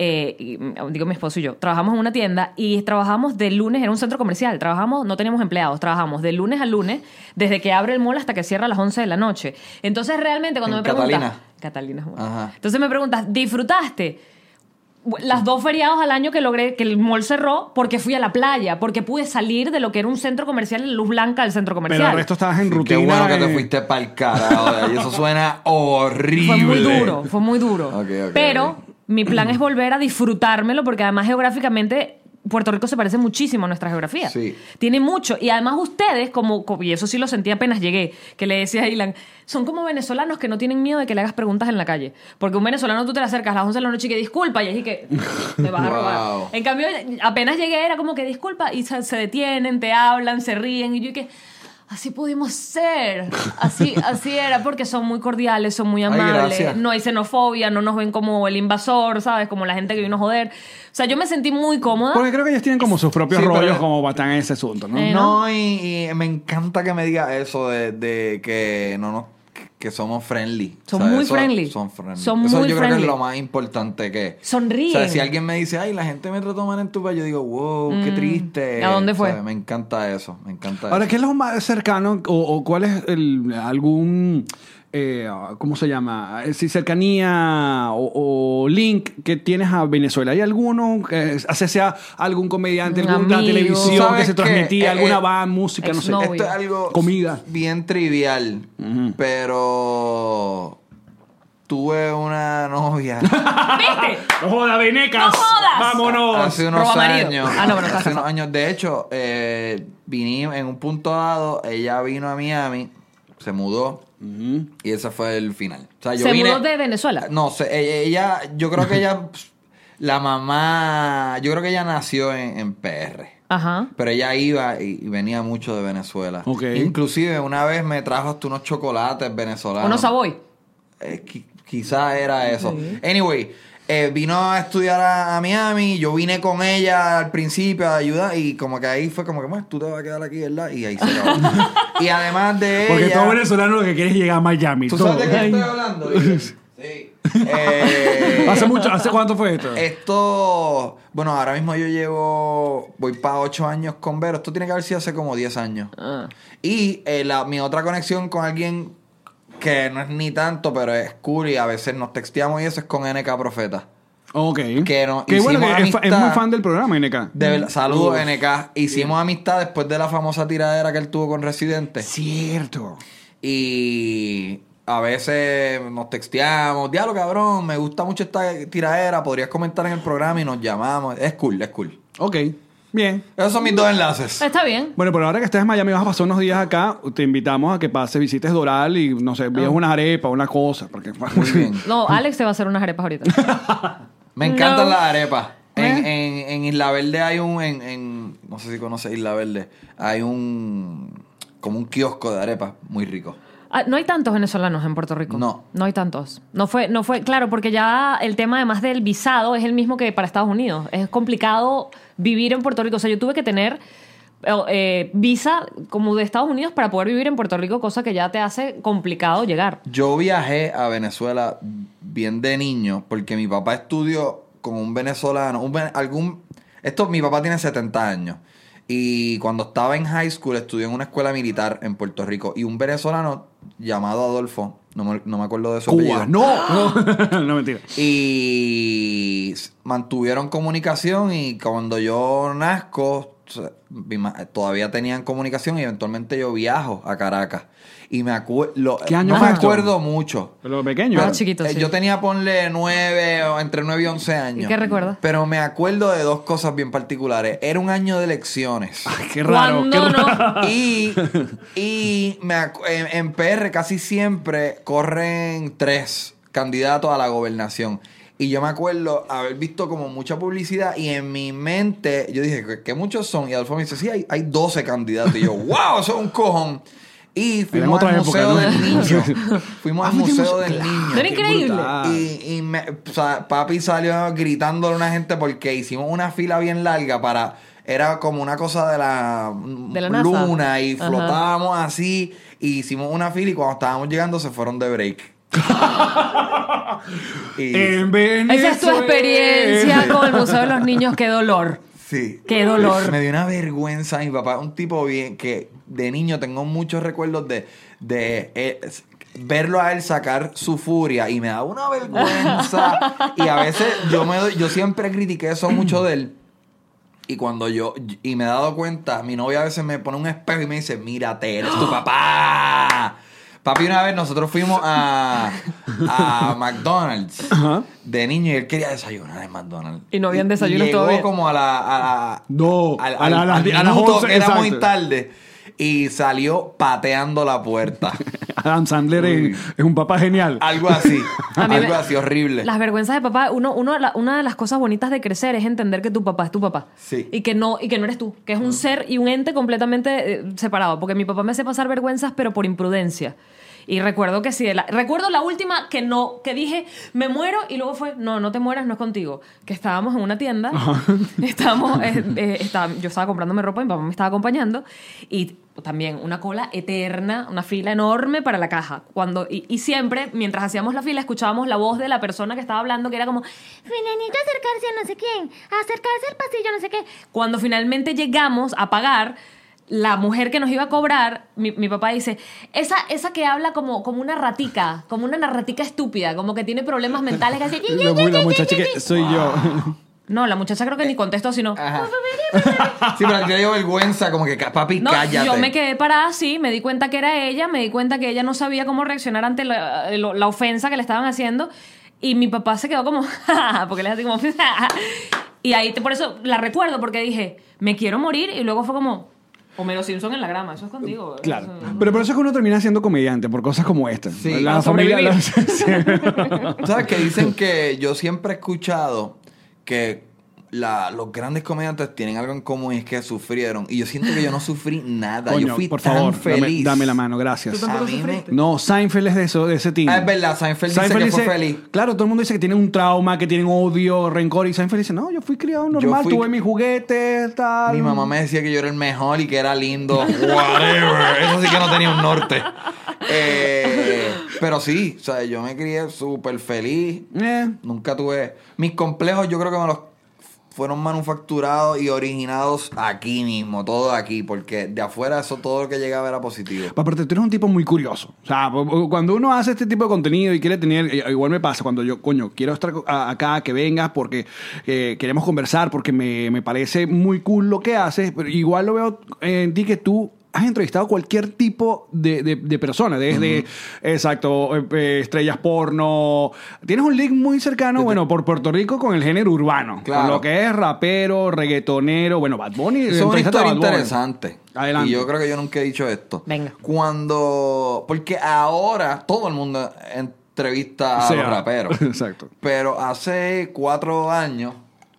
Speaker 2: eh, y, digo mi esposo y yo, trabajamos en una tienda y trabajamos de lunes, era un centro comercial, trabajamos, no teníamos empleados, trabajamos de lunes a lunes, desde que abre el mall hasta que cierra a las 11 de la noche. Entonces realmente cuando me
Speaker 4: En
Speaker 2: preguntas...
Speaker 4: Catalina.
Speaker 2: Catalina. bueno.
Speaker 4: Ajá.
Speaker 2: Entonces me preguntas, ¿disfrutaste? Las dos feriados al año que logré que el mall cerró porque fui a la playa, porque pude salir de lo que era un centro comercial, en luz blanca del centro comercial.
Speaker 3: Pero el resto estabas en rutina.
Speaker 4: Qué bueno que te
Speaker 3: eh,
Speaker 4: fuiste para el carajo. de ahí. Eso suena horrible.
Speaker 2: Fue muy duro, fue muy duro.
Speaker 4: Ok, ok,
Speaker 2: pero
Speaker 4: ok.
Speaker 2: Mi plan es volver a disfrutármelo porque además geográficamente Puerto Rico se parece muchísimo a nuestra geografía.
Speaker 4: Sí.
Speaker 2: Tiene mucho. Y además ustedes, como, co- y eso sí lo sentí apenas llegué, que le decía a Ilan, son como venezolanos que no tienen miedo de que le hagas preguntas en la calle. Porque un venezolano tú te le acercas a las 11 de la noche y que disculpa, y es que me vas a robar.
Speaker 4: Wow.
Speaker 2: En cambio, apenas llegué era como que disculpa, y se, se detienen, te hablan, se ríen, y yo y que... Así pudimos ser, así, así era, porque son muy cordiales, son muy
Speaker 4: Ay,
Speaker 2: amables,
Speaker 4: gracias.
Speaker 2: no hay xenofobia, no nos ven como el invasor, ¿sabes? Como la gente que vino a joder. O sea, yo me sentí muy cómoda.
Speaker 4: Pues,
Speaker 3: Porque creo que ellos tienen como sus propios
Speaker 4: Sí, pero-
Speaker 3: rollos como batán en ese asunto, ¿no?
Speaker 2: Eh,
Speaker 4: No, y, y me encanta que me diga eso de, de que no no, que somos friendly.
Speaker 2: Son muy friendly.
Speaker 4: Son friendly.
Speaker 2: Son
Speaker 4: eso
Speaker 2: muy
Speaker 4: yo creo que
Speaker 2: friendly.
Speaker 4: es lo más importante que
Speaker 2: Sonríen.
Speaker 4: O sea, si alguien me dice, ay, la gente me trató mal en tu país, yo digo, wow, qué triste.
Speaker 2: Mm. ¿A dónde fue?
Speaker 4: ¿Sabes? Me encanta eso, me encanta
Speaker 3: Ahora,
Speaker 4: eso.
Speaker 3: ¿qué es lo más cercano o, o cuál es el, algún, eh, ¿cómo se llama? Eh, Si cercanía o, o link que tienes a Venezuela. ¿Hay alguno? Eh, hace sea algún comediante,
Speaker 2: Un
Speaker 3: alguna
Speaker 2: amigo.
Speaker 3: televisión que
Speaker 4: ¿Sabes
Speaker 3: se
Speaker 4: qué?
Speaker 3: transmitía,
Speaker 4: Eh,
Speaker 3: alguna
Speaker 4: eh,
Speaker 3: va, música, no sé.
Speaker 2: exnovio.
Speaker 4: Esto es algo
Speaker 3: Comida.
Speaker 4: bien trivial, pero tuve una novia.
Speaker 2: ¿Viste?
Speaker 3: ¡No jodas, venecas!
Speaker 2: ¡No jodas!
Speaker 3: ¡Vámonos!
Speaker 4: Hace unos
Speaker 2: Roba marido.
Speaker 4: años.
Speaker 2: Ah, no, pero estás
Speaker 4: hace unos
Speaker 2: casado.
Speaker 4: años. De hecho, eh, viní en un punto dado, ella vino a Miami, se mudó y ese fue el final. O sea, yo
Speaker 2: ¿Se
Speaker 4: vine-
Speaker 2: mudó de Venezuela?
Speaker 4: No, sé, e- ella, yo creo que ella, pss, la mamá, yo creo que ella nació en, en PR.
Speaker 2: Ajá.
Speaker 4: Pero ella iba y, y venía mucho de Venezuela.
Speaker 3: Ok.
Speaker 4: Inclusive una vez me trajo hasta unos chocolates venezolanos.
Speaker 2: Uno Savoy.
Speaker 4: Eh, qui- quizá era eso. Anyway, eh, vino a estudiar a, a Miami. Yo vine con ella al principio a ayudar. Y como que ahí fue como que, bueno, tú te vas a quedar aquí, ¿verdad? Y ahí se acabó. y además de
Speaker 3: Porque
Speaker 4: ella...
Speaker 3: todo venezolano lo que quiere es llegar a Miami.
Speaker 4: ¿Tú
Speaker 3: todo.
Speaker 4: sabes de qué estoy hablando? Miguel? sí. Eh,
Speaker 3: ¿Hace mucho? ¿Hace cuánto fue esto?
Speaker 4: esto... Bueno, ahora mismo yo llevo... Voy para ocho años con Vero. Esto tiene que haber sido hace como 10 años.
Speaker 2: Ah.
Speaker 4: Y eh, la- mi otra conexión con alguien que no es ni tanto, pero es cool y a veces nos texteamos y eso es con NK Profeta.
Speaker 3: ok.
Speaker 4: que no-
Speaker 3: Qué bueno,
Speaker 4: hicimos
Speaker 3: que es, fa- es
Speaker 4: amistad.
Speaker 3: muy fan del programa, NK.
Speaker 4: De verdad, saludos
Speaker 3: Mm, Uf.
Speaker 4: NK. Hicimos amistad después de la famosa tiradera que él tuvo con Residente.
Speaker 3: Cierto.
Speaker 4: Y a veces nos texteamos, diablo cabrón, me gusta mucho esta tiradera, podrías comentar en el programa y nos llamamos. Es cool, es cool.
Speaker 3: Ok. Bien.
Speaker 4: Esos son mis dos enlaces.
Speaker 2: Está bien.
Speaker 3: Bueno, pero ahora que estás en Miami, vas a pasar unos días acá, te invitamos a que pases, visites Doral y, no sé, veas unas arepas, una cosa. Porque,
Speaker 4: Ah. Muy bien.
Speaker 2: No, Alex te va a hacer unas arepas ahorita.
Speaker 4: Me encantan
Speaker 2: No.
Speaker 4: las arepas. En, en- en Isla Verde hay un. En, en- no sé si conoces Isla Verde. Hay un. Como un kiosco de arepas muy rico.
Speaker 2: Ah, no hay tantos venezolanos en Puerto Rico.
Speaker 4: No.
Speaker 2: No hay tantos. No fue, no fue, claro, porque ya el tema además del visado es el mismo que para Estados Unidos. Es complicado vivir en Puerto Rico. O sea, yo tuve que tener eh, eh, visa como de Estados Unidos para poder vivir en Puerto Rico, cosa que ya te hace complicado llegar.
Speaker 4: Yo viajé a Venezuela bien de niño porque mi papá estudió con un venezolano, un ve- algún esto mi papá tiene 70 años y cuando estaba en high school estudió en una escuela militar en Puerto Rico y un venezolano llamado Adolfo, no me, no me acuerdo de su
Speaker 3: Cuba,
Speaker 4: apellido.
Speaker 3: no. No, no mentira.
Speaker 4: Y s- mantuvieron comunicación y cuando yo nazco, s- mi ma- todavía tenían comunicación y eventualmente yo viajo a Caracas. Y me acuerdo,
Speaker 3: ¿Qué año
Speaker 4: no me
Speaker 3: fue esto?
Speaker 4: acuerdo mucho.
Speaker 3: Pero pequeño.
Speaker 2: Ah, chiquito.
Speaker 4: Eh,
Speaker 2: sí.
Speaker 4: Yo tenía, ponle, nueve, o entre nueve y once años.
Speaker 2: ¿Y qué recuerdas?
Speaker 4: Pero me acuerdo de dos cosas bien particulares. Era un año de elecciones.
Speaker 3: Qué raro.
Speaker 2: Cuando
Speaker 3: qué raro.
Speaker 2: no.
Speaker 4: y y me acu- en, en PR casi siempre corren tres candidatos a la gobernación. Y yo me acuerdo haber visto como mucha publicidad y en mi mente yo dije, ¿qué, qué muchos son? Y Adolfo me dice, sí, hay, hay 12 candidatos. Y yo, wow, eso es un cojón. Y fuimos
Speaker 3: otra
Speaker 4: al
Speaker 3: época,
Speaker 4: Museo
Speaker 3: ¿no?
Speaker 4: del Niño. Fuimos
Speaker 3: Ah,
Speaker 4: al
Speaker 3: fuiste
Speaker 4: Museo
Speaker 3: al
Speaker 4: del
Speaker 3: museo.
Speaker 4: Niño.
Speaker 2: Era increíble.
Speaker 3: brutal.
Speaker 4: Y, y me- o sea, papi salió gritándole a una gente porque hicimos una fila bien larga para. Era como una cosa de la,
Speaker 2: De la NASA.
Speaker 4: luna y
Speaker 2: Ajá.
Speaker 4: flotábamos así. Y hicimos una fila y cuando estábamos llegando se fueron de break. y,
Speaker 2: Eh,
Speaker 3: En Venezuela.
Speaker 2: Esa es tu experiencia con el Museo de los Niños. Qué dolor.
Speaker 4: sí.
Speaker 2: Qué dolor.
Speaker 4: Me dio una vergüenza. Mi papá es un tipo bien que de niño tengo muchos recuerdos de, de eh, s- verlo a él sacar su furia y me da una vergüenza. y a veces yo me doy- yo siempre critiqué eso mucho de él. Y cuando yo, y me he dado cuenta, mi novia a veces me pone un espejo y me dice, mírate, eres tu papá. Papi, una vez nosotros fuimos a, a McDonald's de niño y él quería desayunar en McDonald's.
Speaker 2: Y no habían desayunos
Speaker 4: llegó
Speaker 2: todavía.
Speaker 4: como a la. A la
Speaker 3: No,
Speaker 4: Oh, al-
Speaker 3: a la-
Speaker 4: al-
Speaker 3: a
Speaker 4: al
Speaker 3: las- a las
Speaker 4: minuto,
Speaker 3: 11,
Speaker 4: que era muy
Speaker 3: exacto.
Speaker 4: tarde. Y salió pateando la puerta.
Speaker 3: Adam Sandler es, es un papá genial.
Speaker 4: Algo así.
Speaker 2: A mí me-
Speaker 4: algo así, horrible.
Speaker 2: Las vergüenzas de papá, uno, uno, la- una de las cosas bonitas de crecer es entender que tu papá es tu papá.
Speaker 4: Sí.
Speaker 2: Y que no, y que no eres tú, que es un ser y un ente completamente eh, separado. Porque mi papá me hace pasar vergüenzas, pero por imprudencia. Y recuerdo que sí, de la- recuerdo la última que no, que dije, me muero, y luego fue, no, no te mueras, no es contigo. Que estábamos en una tienda, estábamos, eh, eh, estaba- yo estaba comprándome ropa, mi papá me estaba acompañando, y también una cola eterna, una fila enorme para la caja. Cuando, y, y siempre, mientras hacíamos la fila, escuchábamos la voz de la persona que estaba hablando, que era como,
Speaker 5: Fulanito acercarse a no sé quién, acercarse al pasillo, no sé qué.
Speaker 2: Cuando finalmente llegamos a pagar, la mujer que nos iba a cobrar, mi, mi papá dice, esa, esa que habla como, como una ratica, como una narratica estúpida, como que tiene problemas mentales. Que hace, "Yi, yi,
Speaker 3: La,
Speaker 2: yi,
Speaker 3: la
Speaker 2: yi,
Speaker 3: muchacha
Speaker 2: yi,
Speaker 3: que
Speaker 2: yi".
Speaker 3: soy yo.
Speaker 2: No, la muchacha creo que ni contestó, sino...
Speaker 4: Ajá. Sí, pero yo dio vergüenza, como que "Ca- papi,
Speaker 2: No,
Speaker 4: cállate.
Speaker 2: yo me quedé parada así, me di cuenta que era ella, me di cuenta que ella no sabía cómo reaccionar ante la, eh, lo- la ofensa que le estaban haciendo y mi papá se quedó como, "Ja, ja, ja", porque le hacía como, "Ja, ja". y ahí te- por eso la recuerdo porque dije, me quiero morir y luego fue como, Homero Simpson en la grama, eso es contigo.
Speaker 3: Claro.
Speaker 2: eso-
Speaker 3: Pero por eso es que uno termina siendo comediante, por cosas como esta.
Speaker 4: Sí. Ah,
Speaker 3: la
Speaker 2: A
Speaker 3: familia.
Speaker 2: sobrevivir.
Speaker 3: la- sí.
Speaker 4: ¿Sabes que dicen que yo siempre he escuchado que la- los grandes comediantes tienen algo en común y es que sufrieron? Y yo siento que yo no sufrí nada. yo
Speaker 3: Coño,
Speaker 4: fui
Speaker 3: por
Speaker 4: tan
Speaker 3: favor, dame-
Speaker 4: feliz.
Speaker 3: Dame, la mano, gracias.
Speaker 4: A mí me-
Speaker 3: No, Seinfeld es de, eso, de ese team.
Speaker 4: Ah, es verdad, Seinfeld dice que fue feliz.
Speaker 3: Claro, todo el mundo dice que tiene un trauma, que tienen odio, rencor. Y Seinfeld dice, no, yo fui criado normal,
Speaker 4: fui-
Speaker 3: tuve mis juguetes, tal.
Speaker 4: Mi mamá me decía que yo era el mejor y que era lindo. Whatever. Eso sí que no tenía un norte. Eh, pero sí, o sea, yo me crié súper feliz.
Speaker 3: Eh,
Speaker 4: Nunca tuve. Mis complejos yo creo que me los fueron manufacturados y originados aquí mismo, todo aquí, porque de afuera eso todo lo que llegaba era positivo.
Speaker 3: Aparte, tú eres un tipo muy curioso. O sea, po- po- cuando uno hace este tipo de contenido y quiere tener, i- igual me pasa, cuando yo, coño, quiero estar co- a- acá, que vengas, porque eh, queremos conversar, porque me, me parece muy cool lo que haces, pero igual lo veo en ti que tú has entrevistado cualquier tipo de, de, de persona, desde, exacto, eh, eh, estrellas porno. Tienes un link muy cercano, bueno, por Puerto Rico con el género urbano, con
Speaker 4: Claro.
Speaker 3: lo que es rapero, reggaetonero, bueno, Bad Bunny.
Speaker 4: Eso es una
Speaker 3: entrevistaste a
Speaker 4: historia
Speaker 3: Bad Bunny.
Speaker 4: interesante.
Speaker 3: Adelante.
Speaker 4: Y yo creo que yo nunca he dicho esto.
Speaker 2: Venga.
Speaker 4: Cuando. Porque ahora todo el mundo entrevista a
Speaker 3: O sea,
Speaker 4: los raperos.
Speaker 3: Exacto.
Speaker 4: Pero hace cuatro años,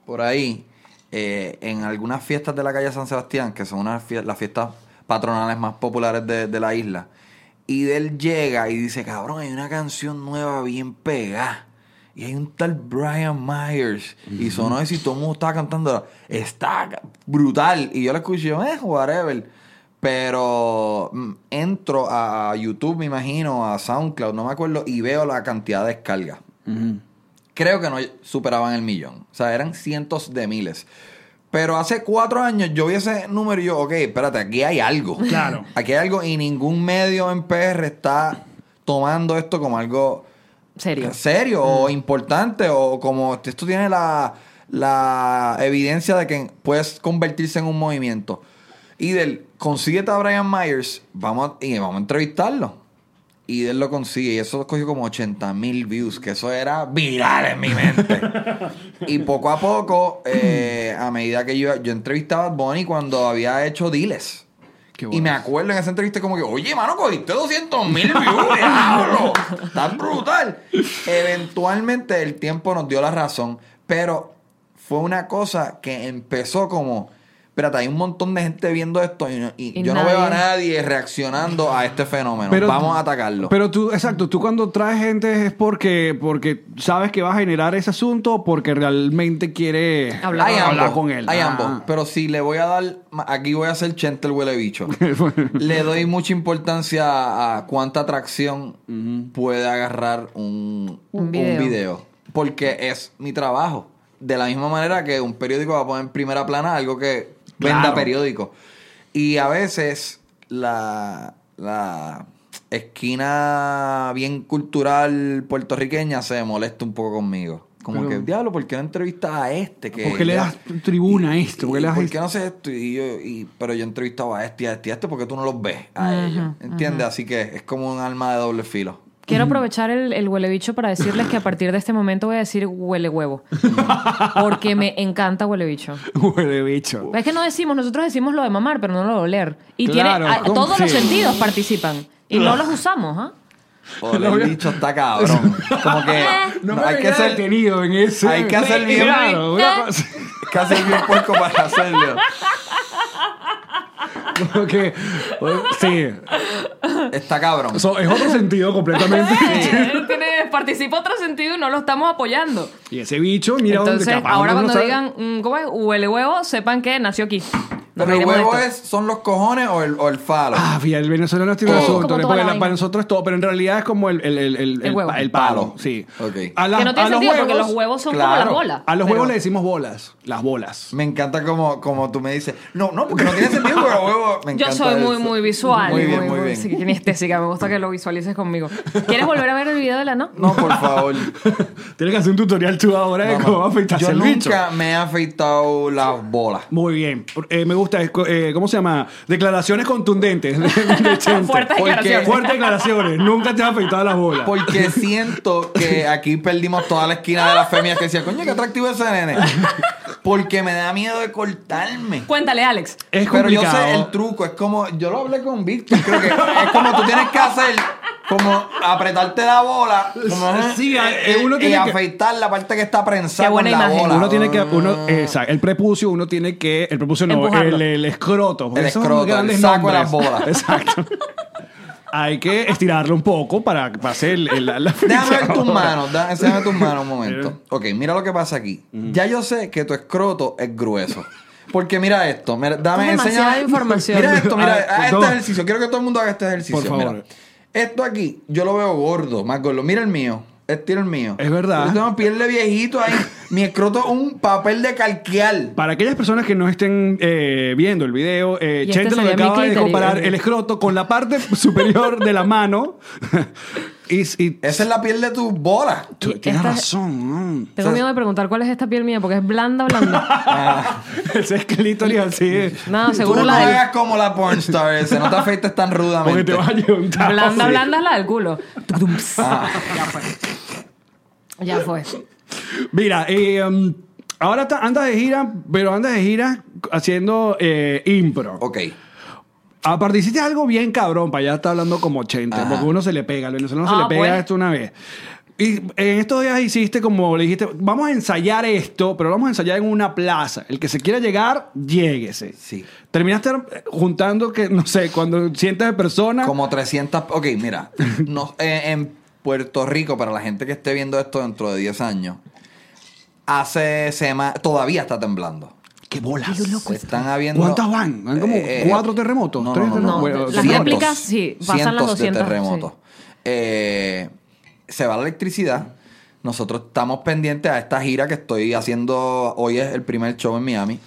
Speaker 4: por ahí, eh, en algunas fiestas de la calle San Sebastián, que son unas fie- las fiestas patronales más populares de, de la isla, y él llega y dice, cabrón, hay una canción nueva bien pegada. Y hay un tal Brian Myers. Y sonó eso y todo el mundo estaba cantando. Está brutal. Y yo la escuché, yo, eh, whatever. Pero mm, entro a a YouTube, me imagino, a SoundCloud, no me acuerdo, y veo la cantidad de descargas creo que no superaban el millón. O sea, eran cientos de miles. Pero hace cuatro años yo vi ese número y yo, ok, espérate, aquí hay algo.
Speaker 3: Claro.
Speaker 4: Aquí hay algo y ningún medio en PR está tomando esto como algo
Speaker 2: Serio.
Speaker 4: serio o importante o como esto tiene la, la evidencia de que puedes convertirse en un movimiento. Y del, consíguete a Brian Myers vamos a- y vamos a entrevistarlo. Y él lo consigue. Y eso cogió como 80 mil views, que eso era viral en mi mente. y poco a poco, eh, a medida que yo, yo entrevistaba a Bad Bunny cuando había hecho diles.
Speaker 3: Qué
Speaker 4: Y
Speaker 3: bueno.
Speaker 4: me acuerdo en esa entrevista como que, oye, mano, cogiste 200 mil views, diablo. Tan brutal. Eventualmente el tiempo nos dio la razón, pero fue una cosa que empezó como, espérate, hay un montón de gente viendo esto y, no- y
Speaker 2: Y
Speaker 4: yo no veo a
Speaker 2: nadie-
Speaker 4: nadie reaccionando a este fenómeno. Vamos a atacarlo.
Speaker 3: Pero tú, exacto, tú cuando traes gente es porque, porque sabes que va a generar ese asunto o porque realmente quiere
Speaker 2: Hablar
Speaker 4: hay
Speaker 2: con-
Speaker 4: ambos,
Speaker 3: con él.
Speaker 4: Hay
Speaker 3: Ah.
Speaker 4: ambos. Pero si le voy a dar. ma- Aquí voy a ser chente el huele bicho. le doy mucha importancia a, a cuánta atracción puede agarrar un,
Speaker 2: Un
Speaker 4: un video.
Speaker 2: video.
Speaker 4: Porque es mi trabajo. De la misma manera que un periódico va a poner en primera plana algo que venda
Speaker 3: Claro.
Speaker 4: periódico. Y a veces la, la esquina bien cultural puertorriqueña se molesta un poco conmigo. Como
Speaker 3: Pero-
Speaker 4: que, diablo, ¿por qué no entrevistas a este? Que
Speaker 3: ¿Por qué le
Speaker 4: ya-
Speaker 3: das tribuna a esto? ¿Por
Speaker 4: ¿Por
Speaker 3: qué le das
Speaker 4: qué no sé esto? Y yo, y- pero yo entrevistaba a este y a este y a este porque tú no los ves a ellos. ¿Entiendes? Así que es como un alma de doble filo.
Speaker 2: Quiero aprovechar el, el huele bicho para decirles que a partir de este momento voy a decir huele huevo. Porque me encanta huele bicho.
Speaker 3: Huele bicho.
Speaker 2: Es que no decimos, nosotros decimos lo de mamar, pero no lo de oler. Y
Speaker 3: Claro,
Speaker 2: tiene, a-
Speaker 3: ¿cómo?
Speaker 2: todos los
Speaker 3: Sí.
Speaker 2: sentidos participan. Y no los usamos, ¿ah?
Speaker 4: O el bicho está cabrón. Como que
Speaker 3: No
Speaker 4: no,
Speaker 3: me
Speaker 4: hay que ser
Speaker 3: detenido en ese.
Speaker 4: hay que hacer bien-
Speaker 3: Claro, una cosa-
Speaker 4: que hacer bien puerco para hacerlo.
Speaker 3: como que- Sí,
Speaker 4: Está cabrón.
Speaker 3: So, es otro sentido completamente.
Speaker 2: Él tiene- participa otro sentido y no lo estamos apoyando.
Speaker 3: Y ese bicho, mira
Speaker 2: Entonces,
Speaker 3: dónde capaz
Speaker 2: ahora
Speaker 3: uno no
Speaker 2: cuando
Speaker 3: sabe-
Speaker 2: digan, mm, ¿cómo es? Huele huevo, sepan que nació aquí. Nos
Speaker 4: Pero el
Speaker 2: reiremos de
Speaker 4: huevo
Speaker 2: esto.
Speaker 4: es, son los cojones o el, o el falo.
Speaker 3: Ah, fíjate, el venezolano tiene
Speaker 2: Todo,
Speaker 3: razón.
Speaker 2: como toda
Speaker 3: Porque
Speaker 2: la
Speaker 3: la-
Speaker 2: vaina.
Speaker 3: para nosotros es todo, pero en realidad es como el, el, el, el,
Speaker 2: El huevo.
Speaker 3: pa- el palo.
Speaker 4: Palo.
Speaker 3: Sí.
Speaker 4: Ok.
Speaker 3: A la-
Speaker 2: que no
Speaker 3: a
Speaker 2: tiene
Speaker 3: los
Speaker 2: sentido porque los huevos son como
Speaker 4: claro,
Speaker 2: las bolas.
Speaker 3: A los
Speaker 2: Pero-
Speaker 3: huevos le decimos bolas. Las bolas.
Speaker 4: Me encanta como, como tú me dices. No, no, porque no tiene sentido, pero huevo. Me
Speaker 2: Yo
Speaker 4: encanta
Speaker 2: soy muy,
Speaker 4: eso.
Speaker 2: muy visual.
Speaker 4: Muy bien, muy
Speaker 2: sí,
Speaker 4: bien.
Speaker 2: kinestésica. Me gusta que lo visualices conmigo. ¿Quieres volver a ver el video de la no?
Speaker 4: No, por favor.
Speaker 3: Tienes que hacer un tutorial tú ahora de
Speaker 4: Mm. No,
Speaker 3: cómo
Speaker 4: no.
Speaker 3: afeitarse
Speaker 4: Yo
Speaker 3: el bicho.
Speaker 4: nunca me he afeitado las bolas.
Speaker 3: Muy bien. Eh, me gusta, esco- eh, ¿cómo se llama? Declaraciones contundentes. de Chente.
Speaker 2: Fuertes
Speaker 4: ¿Por qué?
Speaker 2: declaraciones.
Speaker 3: Fuertes declaraciones. Nunca te has afeitado las bolas.
Speaker 4: Porque siento que aquí perdimos toda la esquina de las femias que decía, coño, qué atractivo ese nene. Porque me da miedo de cortarme.
Speaker 2: Cuéntale, Alex.
Speaker 3: Es
Speaker 4: Pero yo
Speaker 3: complicado.
Speaker 4: sé el truco, es como, yo lo hablé con Víctor, creo que es como tú tienes que hacer, como apretarte la bola, como,
Speaker 3: Sí,
Speaker 4: y-
Speaker 3: eh, uno
Speaker 4: y,
Speaker 3: tiene que-
Speaker 4: afeitar la parte que está prensada
Speaker 2: Qué
Speaker 4: con
Speaker 2: buena
Speaker 4: la
Speaker 2: imagen. Ah.
Speaker 4: bola.
Speaker 3: Uno tiene que, uno, eh, exacto, el prepucio, uno tiene que, el prepucio no,
Speaker 2: Empujarlo.
Speaker 3: el, el escroto, porque
Speaker 4: El
Speaker 3: esos
Speaker 4: escroto,
Speaker 3: grandes
Speaker 4: el saco de
Speaker 3: nombres.
Speaker 4: las bolas.
Speaker 3: Exacto. Hay que estirarlo un poco para que pase el, el- la, la
Speaker 4: Déjame ver
Speaker 3: fecha.
Speaker 4: tus manos, da- enséñame tus manos un momento. Ok, mira lo que pasa aquí. Ya yo sé que tu escroto es grueso. Porque mira esto, mira, dame,
Speaker 2: Es demasiada
Speaker 4: enséñame-
Speaker 2: información.
Speaker 4: Mira esto, mira,
Speaker 3: Ay,
Speaker 4: haz
Speaker 3: no.
Speaker 4: este ejercicio. Quiero que todo el mundo haga este ejercicio.
Speaker 3: Por favor.
Speaker 4: Mira, esto aquí, yo lo veo gordo, más gordo. Mira el mío. Este era el mío.
Speaker 3: Es verdad.
Speaker 4: Yo tengo piel de viejito ahí. Mi escroto es un papel de calqueal.
Speaker 3: Para aquellas personas que no estén eh, viendo el video, eh,
Speaker 2: Y este
Speaker 3: Chente lo que
Speaker 2: sería mi
Speaker 3: acaba de
Speaker 2: clítoris.
Speaker 3: comparar el escroto con la parte superior de la mano. y, y-
Speaker 4: Esa es la piel de tu bola.
Speaker 3: tú-
Speaker 2: y
Speaker 3: tienes
Speaker 2: esta-
Speaker 3: razón. ¿no?
Speaker 2: Tengo miedo de preguntar cuál es esta piel mía porque es blanda, blanda.
Speaker 3: Ese es clítoris así.
Speaker 2: No,
Speaker 4: Tú
Speaker 2: seguro
Speaker 4: no
Speaker 2: la del
Speaker 4: hagas como la pornstar ese. No te afeites tan
Speaker 3: Porque
Speaker 4: rudamente.
Speaker 3: te vas a llevar un tajo.
Speaker 2: Blanda,
Speaker 3: Sí.
Speaker 2: blanda es la del culo. Tucudum, ps. Ya fue.
Speaker 3: Mira, eh, um, ahora ta- andas de gira, pero andas de gira haciendo eh, impro.
Speaker 4: Ok.
Speaker 3: Aparte, hiciste algo bien cabrón, para allá está hablando como 80,
Speaker 4: Ajá.
Speaker 3: porque uno se le pega, al venezolano se
Speaker 2: Ah,
Speaker 3: le pega
Speaker 2: pues.
Speaker 3: esto una vez. Y en estos días hiciste como le dijiste, vamos a ensayar esto, pero lo vamos a ensayar en una plaza. El que se quiera llegar, lléguese.
Speaker 4: Sí.
Speaker 3: Terminaste juntando que, no sé, cuando sientas de persona.
Speaker 4: Como 300. Ok, mira. nos- eh, en Puerto Rico, para la gente que esté viendo esto dentro de 10 años, hace semanas. Todavía está temblando.
Speaker 3: ¡Qué bolas!
Speaker 4: Se están habiendo. Eh,
Speaker 3: ¿Cuántas van? ¿Van como cuatro terremotos?
Speaker 4: No,
Speaker 3: ¿Tres
Speaker 4: no, no, no.
Speaker 2: terremotos?
Speaker 4: Bueno,
Speaker 2: Las réplicas, sí, pasan las
Speaker 4: cientos
Speaker 2: 200,
Speaker 4: de terremotos. Eh, se va la electricidad. Nosotros estamos pendientes a esta gira que estoy haciendo. Hoy es el primer show en Miami.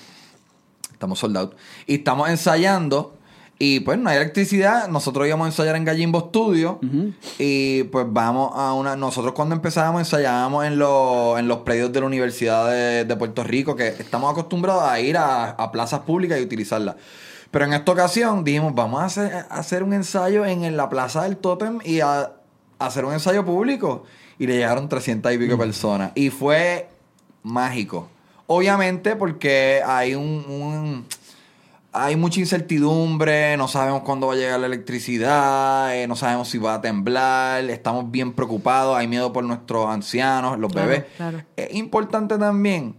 Speaker 4: Estamos sold out. Y estamos ensayando. Y pues no hay electricidad. Nosotros íbamos a ensayar en Gallimbo Studio. Y pues vamos a una. Nosotros cuando empezábamos ensayábamos en, los en los predios de la Universidad de, de Puerto Rico, que estamos acostumbrados a ir a, a plazas públicas y utilizarlas. Pero en esta ocasión dijimos, vamos a hacer, a hacer un ensayo en, en la Plaza del Tótem y a, a hacer un ensayo público. Y le llegaron 300 y pico personas. Y fue mágico. Obviamente porque hay un- un hay mucha incertidumbre, no sabemos cuándo va a llegar la electricidad, eh, no sabemos si va a temblar, estamos bien preocupados, hay miedo por nuestros ancianos, los
Speaker 2: Claro,
Speaker 4: bebés.
Speaker 2: claro.
Speaker 4: Es importante también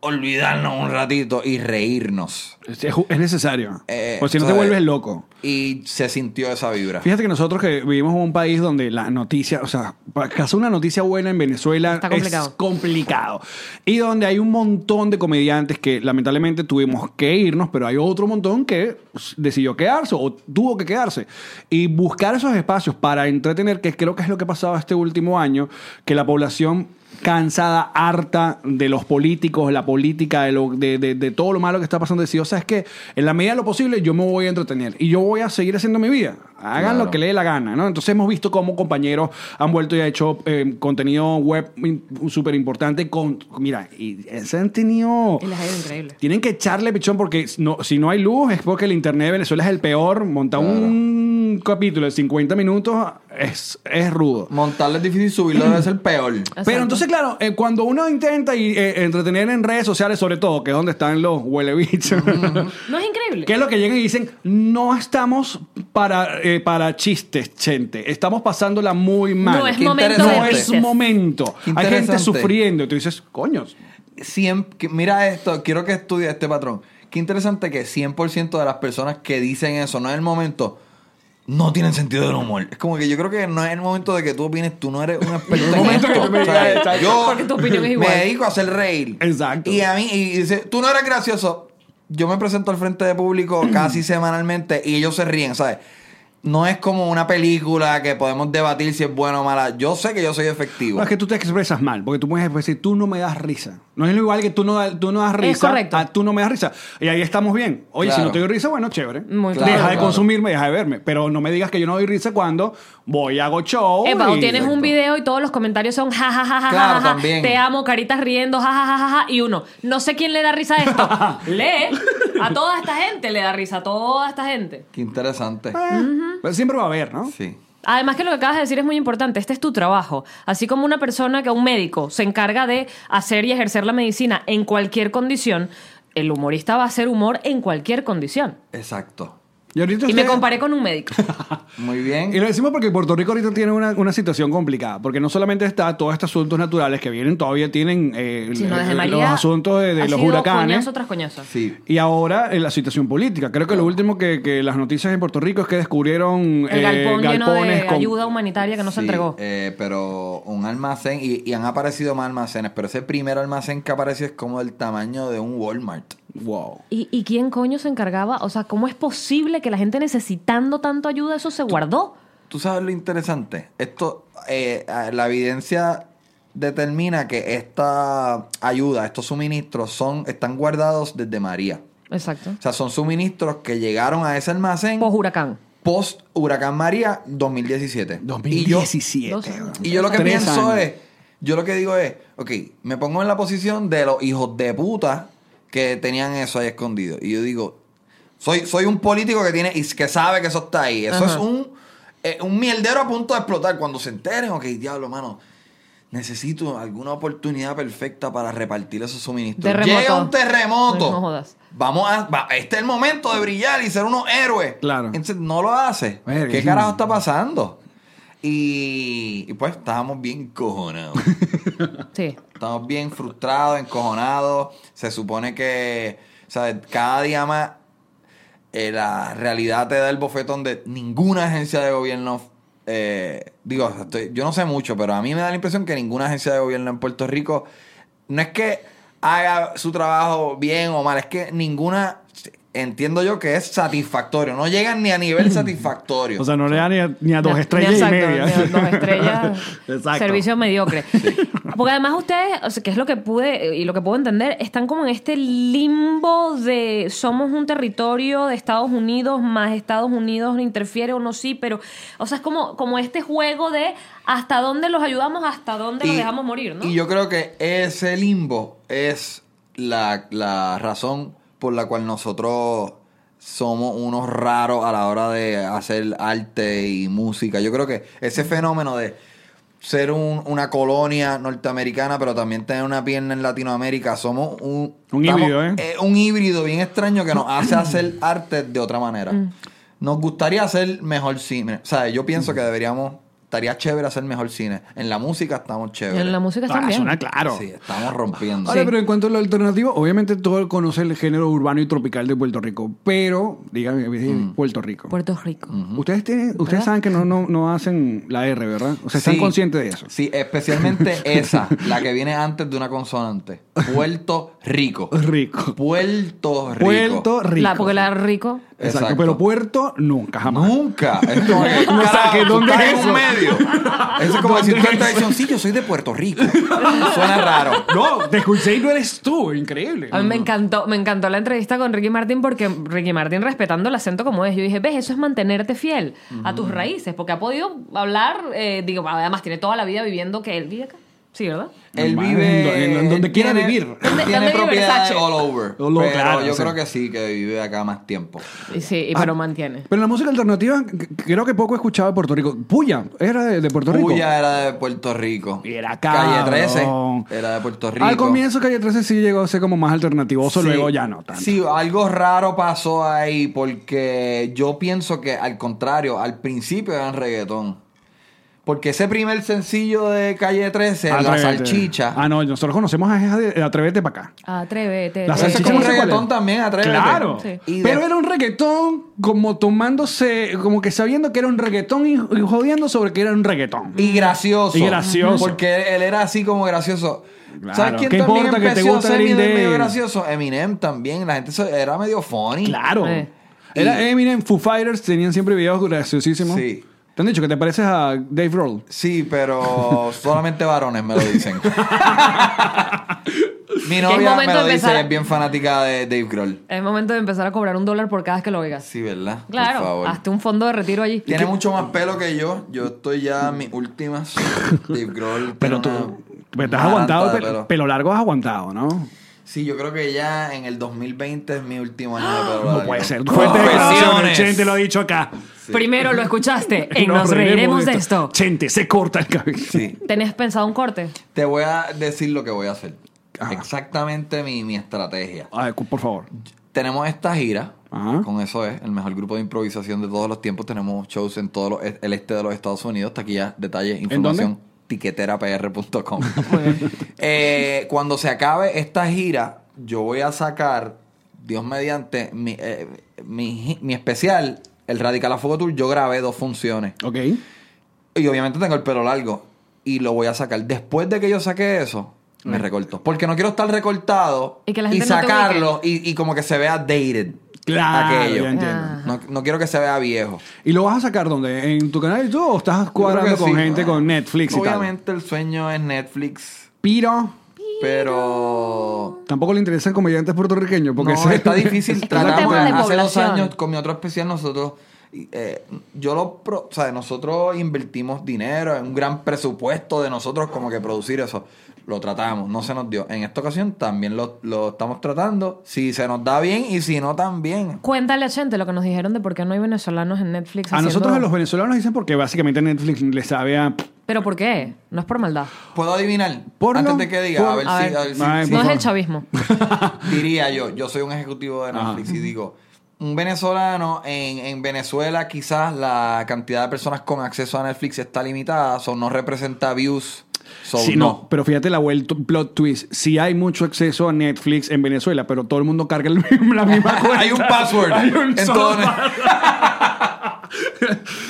Speaker 4: olvidarnos un ratito y reírnos.
Speaker 3: Es, es necesario.
Speaker 4: Eh,
Speaker 3: Porque si no te
Speaker 4: ¿sabes?
Speaker 3: vuelves loco.
Speaker 4: Y se sintió esa vibra.
Speaker 3: Fíjate que nosotros que vivimos en un país donde la noticia, o sea, para que hacer una noticia buena en Venezuela
Speaker 2: Está complicado.
Speaker 3: es complicado. Y donde hay un montón de comediantes que lamentablemente tuvimos que irnos, pero hay otro montón que pues, decidió quedarse o tuvo que quedarse. Y buscar esos espacios para entretener, que creo que es lo que ha pasado este último año, que la población cansada, harta de los políticos, la política, de, lo- de- de- de todo lo malo que está pasando. Decir, o sea, es que en la medida de lo posible yo me voy a entretener y yo voy a seguir haciendo mi vida. Hagan lo
Speaker 4: Claro.
Speaker 3: que le dé la gana, ¿no? Entonces hemos visto cómo compañeros han vuelto y han hecho eh, contenido web súper importante con... Mira, y se han tenido...
Speaker 2: Y les ha ido increíble.
Speaker 3: Tienen que echarle pichón porque no- si no hay luz es porque el internet de Venezuela es el peor. Montar un capítulo de 50 minutos es, es rudo.
Speaker 4: Montarlo es difícil, subirlo debe ser peor.
Speaker 3: Pero entonces, claro, eh, cuando uno intenta y, eh, entretener en redes sociales, sobre todo, que es donde están los huelebichos,
Speaker 2: No es increíble.
Speaker 3: que es lo que llegan y dicen, no estamos para, eh, para chistes, gente. Estamos pasándola muy mal.
Speaker 2: No es
Speaker 4: Qué
Speaker 2: momento
Speaker 4: interesante.
Speaker 3: No
Speaker 2: de
Speaker 3: es
Speaker 2: chistes.
Speaker 3: momento. Hay gente
Speaker 4: Interesante.
Speaker 3: sufriendo. Y tú dices, coños.
Speaker 4: Siempre, que- mira esto, quiero que estudie este patrón. Qué interesante que 100% de las personas que dicen eso no es el momento, no tienen sentido del humor. Es como que yo creo que no es el momento de que tú opines, tú no eres un experto. en
Speaker 3: momento que
Speaker 4: esto.
Speaker 3: tú me
Speaker 4: O sea,
Speaker 3: digas, exacto.
Speaker 4: yo
Speaker 2: Porque tu opinión es igual.
Speaker 4: me dedico a hacer reír.
Speaker 3: Exacto.
Speaker 4: Y a mí, y dice, tú no eres gracioso. Yo me presento al frente de público casi semanalmente y ellos se ríen, ¿sabes? No es como una película que podemos debatir si es buena o mala. Yo sé que yo soy efectivo.
Speaker 3: No, es que tú te expresas mal, porque tú puedes decir, tú no me das risa. No es lo igual que tú no, da- tú no das risa.
Speaker 2: correcto.
Speaker 3: A tú no me das risa. Y ahí estamos bien. Oye, si
Speaker 4: Claro.
Speaker 3: no te doy risa, bueno, chévere.
Speaker 2: Muy
Speaker 3: deja
Speaker 2: claro,
Speaker 3: de
Speaker 4: claro.
Speaker 3: consumirme, deja de verme. Pero no me digas que yo no doy risa cuando voy, hago show.
Speaker 2: Epa, o
Speaker 3: y-
Speaker 2: tienes un video y todos los comentarios son ja, ja, ja, ja,
Speaker 4: Claro,
Speaker 2: ja, ja,
Speaker 4: también.
Speaker 2: te amo, caritas riendo, ja, ja, ja, ja, ja, y uno, no sé quién le da risa a esto. Lee, a toda esta gente le da risa, a toda esta gente.
Speaker 4: Qué interesante.
Speaker 3: Eh, pero siempre va a haber, ¿no?
Speaker 4: Sí.
Speaker 2: Además que lo que acabas de decir es muy importante, este es tu trabajo. Así como una persona que un médico se encarga de hacer y ejercer la medicina en cualquier condición, el humorista va a hacer humor en cualquier condición.
Speaker 4: Exacto.
Speaker 3: Y, ahorita
Speaker 2: Y me
Speaker 3: ustedes-
Speaker 2: comparé con un médico.
Speaker 4: Muy
Speaker 3: Y
Speaker 4: bien.
Speaker 3: lo decimos porque Puerto Rico ahorita tiene una, una situación complicada, porque no solamente está todos estos asuntos naturales que vienen, todavía tienen eh,
Speaker 2: Si no,
Speaker 3: el-
Speaker 2: desde
Speaker 3: el- los
Speaker 2: María
Speaker 3: asuntos de, de
Speaker 2: ha
Speaker 3: los
Speaker 2: sido
Speaker 3: huracanes.
Speaker 2: coñazo tras coñazo.
Speaker 4: Sí.
Speaker 3: Y ahora eh, la situación política. Creo que lo último que, que las noticias en Puerto Rico es que descubrieron
Speaker 2: El
Speaker 3: eh,
Speaker 2: galpón lleno
Speaker 3: galpones
Speaker 2: de
Speaker 3: con-
Speaker 2: ayuda humanitaria que no se
Speaker 4: Sí,
Speaker 2: entregó.
Speaker 4: eh, pero un almacén, y, y han aparecido más almacenes, pero ese primer almacén que aparece es como el tamaño de un Walmart.
Speaker 3: Wow.
Speaker 2: ¿Y, y quién coño se encargaba? O sea, ¿cómo es posible que la gente necesitando tanto ayuda, eso se guardó?
Speaker 4: ¿Tú sabes lo interesante? Esto, eh, ah, la evidencia determina que esta ayuda, estos suministros son, están guardados desde María.
Speaker 2: Exacto.
Speaker 4: O sea, son suministros que llegaron a ese almacén
Speaker 2: Post huracán.
Speaker 4: post Huracán María 2017. Y yo-
Speaker 3: 2017.
Speaker 2: Dos años.
Speaker 4: Y yo lo que
Speaker 3: Tres
Speaker 4: pienso
Speaker 3: años.
Speaker 4: es, yo lo que digo es, ok, me pongo en la posición de los hijos de puta que tenían eso ahí escondido. Y yo digo, soy, soy un político que tiene, y que sabe que eso está ahí. Eso
Speaker 2: Ajá.
Speaker 4: es un, eh, un mierdero a punto de explotar. Cuando se enteren, ok, diablo, mano. Necesito alguna oportunidad perfecta para repartir esos suministros.
Speaker 2: Terremoto.
Speaker 4: Llega un terremoto.
Speaker 2: No jodas.
Speaker 4: Vamos a. va- este es el momento de brillar y ser unos héroes.
Speaker 3: Claro.
Speaker 4: Entonces, no lo hace.
Speaker 3: Verga.
Speaker 4: ¿Qué carajo está pasando? Y, y pues estábamos bien encojonados.
Speaker 2: Sí.
Speaker 4: estábamos bien frustrados, encojonados. Se supone que, o sea, cada día más eh, la realidad te da el bofetón de ninguna agencia de gobierno. eh, digo, estoy- yo no sé mucho, pero a mí me da la impresión que ninguna agencia de gobierno en Puerto Rico no es que haga su trabajo bien o mal, es que ninguna. Entiendo yo que es satisfactorio. No llegan ni a nivel satisfactorio.
Speaker 3: O sea, no le da ni a, ni a dos
Speaker 2: Ni a-
Speaker 3: estrellas
Speaker 2: ni a-
Speaker 3: y media.
Speaker 2: exacto, ni a Dos estrellas.
Speaker 3: Exacto.
Speaker 2: Servicio mediocre. Porque además ustedes, o sea, que es lo que pude y lo que puedo entender, están como en este limbo de somos un territorio de Estados Unidos, más Estados Unidos interfiere o no sí, pero, o sea, es como, como este juego de hasta dónde los ayudamos, hasta dónde los dejamos morir, ¿no?
Speaker 4: Y yo creo que ese limbo es la, la razón por la cual nosotros somos unos raros a la hora de hacer arte y música. Yo creo que ese fenómeno de ser un- una colonia norteamericana, pero también tener una pierna en Latinoamérica, somos un,
Speaker 3: Un híbrido, ¿eh?
Speaker 4: Un híbrido bien extraño que nos hace hacer arte de otra manera.
Speaker 2: Mm.
Speaker 4: Nos gustaría hacer mejor cine. O sea, yo pienso que deberíamos, estaría chévere hacer mejor cine. En la música estamos chéveres.
Speaker 2: en la música
Speaker 3: Ah,
Speaker 2: están bien.
Speaker 3: suena claro.
Speaker 4: Sí, estamos rompiendo.
Speaker 3: Ahora, pero en cuanto a lo alternativo, obviamente todo conoce el género urbano y tropical de Puerto Rico, pero, díganme, Puerto Rico.
Speaker 2: Mm. Puerto Rico.
Speaker 3: Ustedes tienen, ustedes saben que no, no, no hacen la R, ¿verdad? O sea, están
Speaker 4: Sí,
Speaker 3: conscientes de eso.
Speaker 4: Sí, especialmente esa, la que viene antes de una consonante. Puerto Rico.
Speaker 3: Rico.
Speaker 4: Puerto Rico.
Speaker 3: Puerto Rico.
Speaker 2: La, porque la rico.
Speaker 3: Exacto.
Speaker 4: Exacto.
Speaker 3: Pero Puerto nunca, jamás.
Speaker 4: Nunca. Es como que,
Speaker 3: No
Speaker 4: carajo,
Speaker 3: saque,
Speaker 4: tú
Speaker 3: ¿dónde
Speaker 4: estás
Speaker 3: es
Speaker 4: en
Speaker 3: eso?
Speaker 4: un tuyo. Eso es como decir tú estás diciendo, sí, yo soy de Puerto Rico. Suena raro.
Speaker 3: No, te escuché y no eres tú, increíble.
Speaker 2: A mí me encantó, me encantó la entrevista con Ricky Martin porque Ricky Martin respetando el acento como es, yo dije, ves, eso es mantenerte fiel a tus raíces, porque ha podido hablar, eh, digo, además tiene toda la vida viviendo que él vive acá. Sí, ¿verdad?
Speaker 4: Él
Speaker 3: Normal,
Speaker 4: vive.
Speaker 3: en- en donde
Speaker 4: él
Speaker 3: quiera
Speaker 4: tiene-
Speaker 3: vivir.
Speaker 4: él
Speaker 2: ¿Dónde-
Speaker 4: Tiene
Speaker 2: dónde vive
Speaker 4: propiedades
Speaker 2: Versace?
Speaker 4: all over.
Speaker 3: All over,
Speaker 4: pero
Speaker 3: claro,
Speaker 4: yo
Speaker 3: sí.
Speaker 4: creo que sí, que vive acá más tiempo.
Speaker 2: Y Sí, y-
Speaker 3: Ah.
Speaker 2: pero mantiene.
Speaker 3: Pero en la música alternativa, c- creo que poco he escuchado de Puerto Rico. Puya, era de, de Puerto Rico.
Speaker 4: Puya era de Puerto Rico.
Speaker 3: Era
Speaker 4: Calle 13.
Speaker 3: cabrón.
Speaker 4: Era de Puerto Rico.
Speaker 3: Al comienzo Calle 13 sí llegó a ser como más alternativoso,
Speaker 4: Sí.
Speaker 3: luego ya no tanto.
Speaker 4: Sí, algo raro pasó ahí porque yo pienso que al contrario, al principio eran reggaetón. Porque ese primer sencillo de Calle 13, Este, La
Speaker 3: Atrévete.
Speaker 4: Salchicha,
Speaker 3: Ah, no, nosotros conocemos a esa de Atrévete para acá.
Speaker 2: Atrévete.
Speaker 3: La
Speaker 4: Ese es
Speaker 3: salchicha
Speaker 4: como
Speaker 3: no sé cuál
Speaker 4: reggaetón
Speaker 3: es.
Speaker 4: también, Atrévete.
Speaker 3: Claro.
Speaker 2: Sí.
Speaker 4: Y
Speaker 3: Pero
Speaker 4: de-
Speaker 3: era un reggaetón como tomándose, como que sabiendo que era un reggaetón y, y jodiendo sobre que era un reggaetón.
Speaker 4: Y gracioso.
Speaker 3: Mm. Y gracioso.
Speaker 4: Porque él era así como gracioso.
Speaker 3: Claro.
Speaker 4: ¿Sabes quién
Speaker 3: ¿Qué
Speaker 4: también
Speaker 3: importa que te
Speaker 4: empezó a
Speaker 3: guste
Speaker 4: ser
Speaker 3: Green
Speaker 4: medio,
Speaker 3: Day?
Speaker 4: medio gracioso? Eminem también. La gente so- era medio funny.
Speaker 3: Claro.
Speaker 2: Eh.
Speaker 3: Era
Speaker 4: Y-
Speaker 3: Eminem, Foo Fighters tenían siempre videos graciosísimos.
Speaker 4: Sí.
Speaker 3: ¿Te han dicho que te pareces a Dave Roll?
Speaker 4: Sí, pero solamente varones me lo dicen. Mi novia
Speaker 2: momento
Speaker 4: me lo
Speaker 2: de
Speaker 4: dice,
Speaker 2: empezar?
Speaker 4: ella es bien fanática de Dave Grohl.
Speaker 2: Es momento de empezar a cobrar un dólar por cada vez que lo oigas.
Speaker 4: Sí, ¿verdad?
Speaker 2: claro,
Speaker 4: Por favor.
Speaker 2: hazte un fondo de retiro allí.
Speaker 4: Tiene mucho más pelo que yo. Yo estoy ya en mis últimas. Dave Grohl.
Speaker 3: Pero
Speaker 4: tiene
Speaker 3: tú
Speaker 4: una
Speaker 3: pero te has
Speaker 4: manta
Speaker 3: aguantado,
Speaker 4: de
Speaker 3: pe- pelo. largo has aguantado, ¿no?
Speaker 4: Sí, yo creo que ya en el 2020 es mi último año de pelo largo.
Speaker 3: ¡Ah! No puede ser. Fuerte declaración, Chente lo ha dicho acá.
Speaker 2: Primero lo escuchaste
Speaker 3: Y
Speaker 2: y nos reiremos de esto.
Speaker 3: Chente, se corta el cabello.
Speaker 4: Sí.
Speaker 2: ¿Tenés pensado un corte?
Speaker 4: Te voy a decir lo que voy a hacer.
Speaker 3: Ajá.
Speaker 4: Exactamente mi, mi estrategia.
Speaker 3: A ver, cu- por favor.
Speaker 4: Tenemos esta gira.
Speaker 3: Ajá.
Speaker 4: Con eso es el mejor grupo de improvisación de todos los tiempos. Tenemos shows en todo lo- el este de los Estados Unidos. Taquillas, detalles, información. Tiqueterapr.com. Eh, cuando se acabe esta gira, yo voy a sacar, Dios mediante, mi, eh, mi, mi especial, el Radical a Fuego Tour. Yo grabé dos funciones.
Speaker 3: Ok.
Speaker 4: Y obviamente tengo el pelo largo. Y lo voy a sacar. Después de que yo saque eso, me recorto. Porque no quiero estar recortado
Speaker 2: Y que la gente no te
Speaker 4: sacarlo y, y como que se vea dated.
Speaker 3: Claro,
Speaker 4: Aquello.
Speaker 3: ya entiendo.
Speaker 2: Ah.
Speaker 4: No, no quiero que se vea viejo.
Speaker 3: ¿Y lo vas a sacar dónde? ¿En tu canal de YouTube o estás
Speaker 4: Yo
Speaker 3: cuadrando
Speaker 4: creo que
Speaker 3: con
Speaker 4: sí.
Speaker 3: gente con Netflix y tal?
Speaker 4: Obviamente el sueño es Netflix,
Speaker 3: Piro.
Speaker 4: pero...
Speaker 3: Tampoco le interesan comediantes puertorriqueños porque
Speaker 4: no,
Speaker 3: se-
Speaker 4: está difícil.
Speaker 2: un
Speaker 4: Tratamos
Speaker 2: tema de
Speaker 4: hace dos
Speaker 2: población.
Speaker 4: años con mi otro especial nosotros... eh, yo lo... pro- o sea, nosotros invertimos dinero, en un gran presupuesto de nosotros como que producir eso. Lo tratamos, no se nos dio. En esta ocasión también lo, lo estamos tratando. Si se nos da bien y si no, también.
Speaker 2: Cuéntale a gente lo que nos dijeron de por qué no hay venezolanos en Netflix.
Speaker 3: A
Speaker 2: haciendo-
Speaker 3: nosotros a los venezolanos dicen porque básicamente Netflix le sabe a...
Speaker 2: ¿Pero por qué? No es por maldad.
Speaker 4: ¿Puedo adivinar?
Speaker 3: Porno,
Speaker 4: Antes de que diga, a
Speaker 3: por-
Speaker 4: ver
Speaker 2: a
Speaker 4: si...
Speaker 2: ver.
Speaker 4: a ver si-
Speaker 3: Ay,
Speaker 4: si-
Speaker 3: por
Speaker 2: No es el
Speaker 3: favor.
Speaker 2: chavismo.
Speaker 4: diría yo, yo soy un ejecutivo de Netflix y digo, un venezolano en, en Venezuela quizás la cantidad de personas con acceso a Netflix está limitada, o no representa views, so
Speaker 3: Sí, no.
Speaker 4: no.
Speaker 3: pero fíjate la vuelta, plot twist. Si hay mucho acceso a Netflix en Venezuela, pero todo el mundo carga el- la misma cuenta.
Speaker 4: Hay un password.
Speaker 3: Hay un
Speaker 4: en
Speaker 3: solo
Speaker 4: todo-
Speaker 3: password.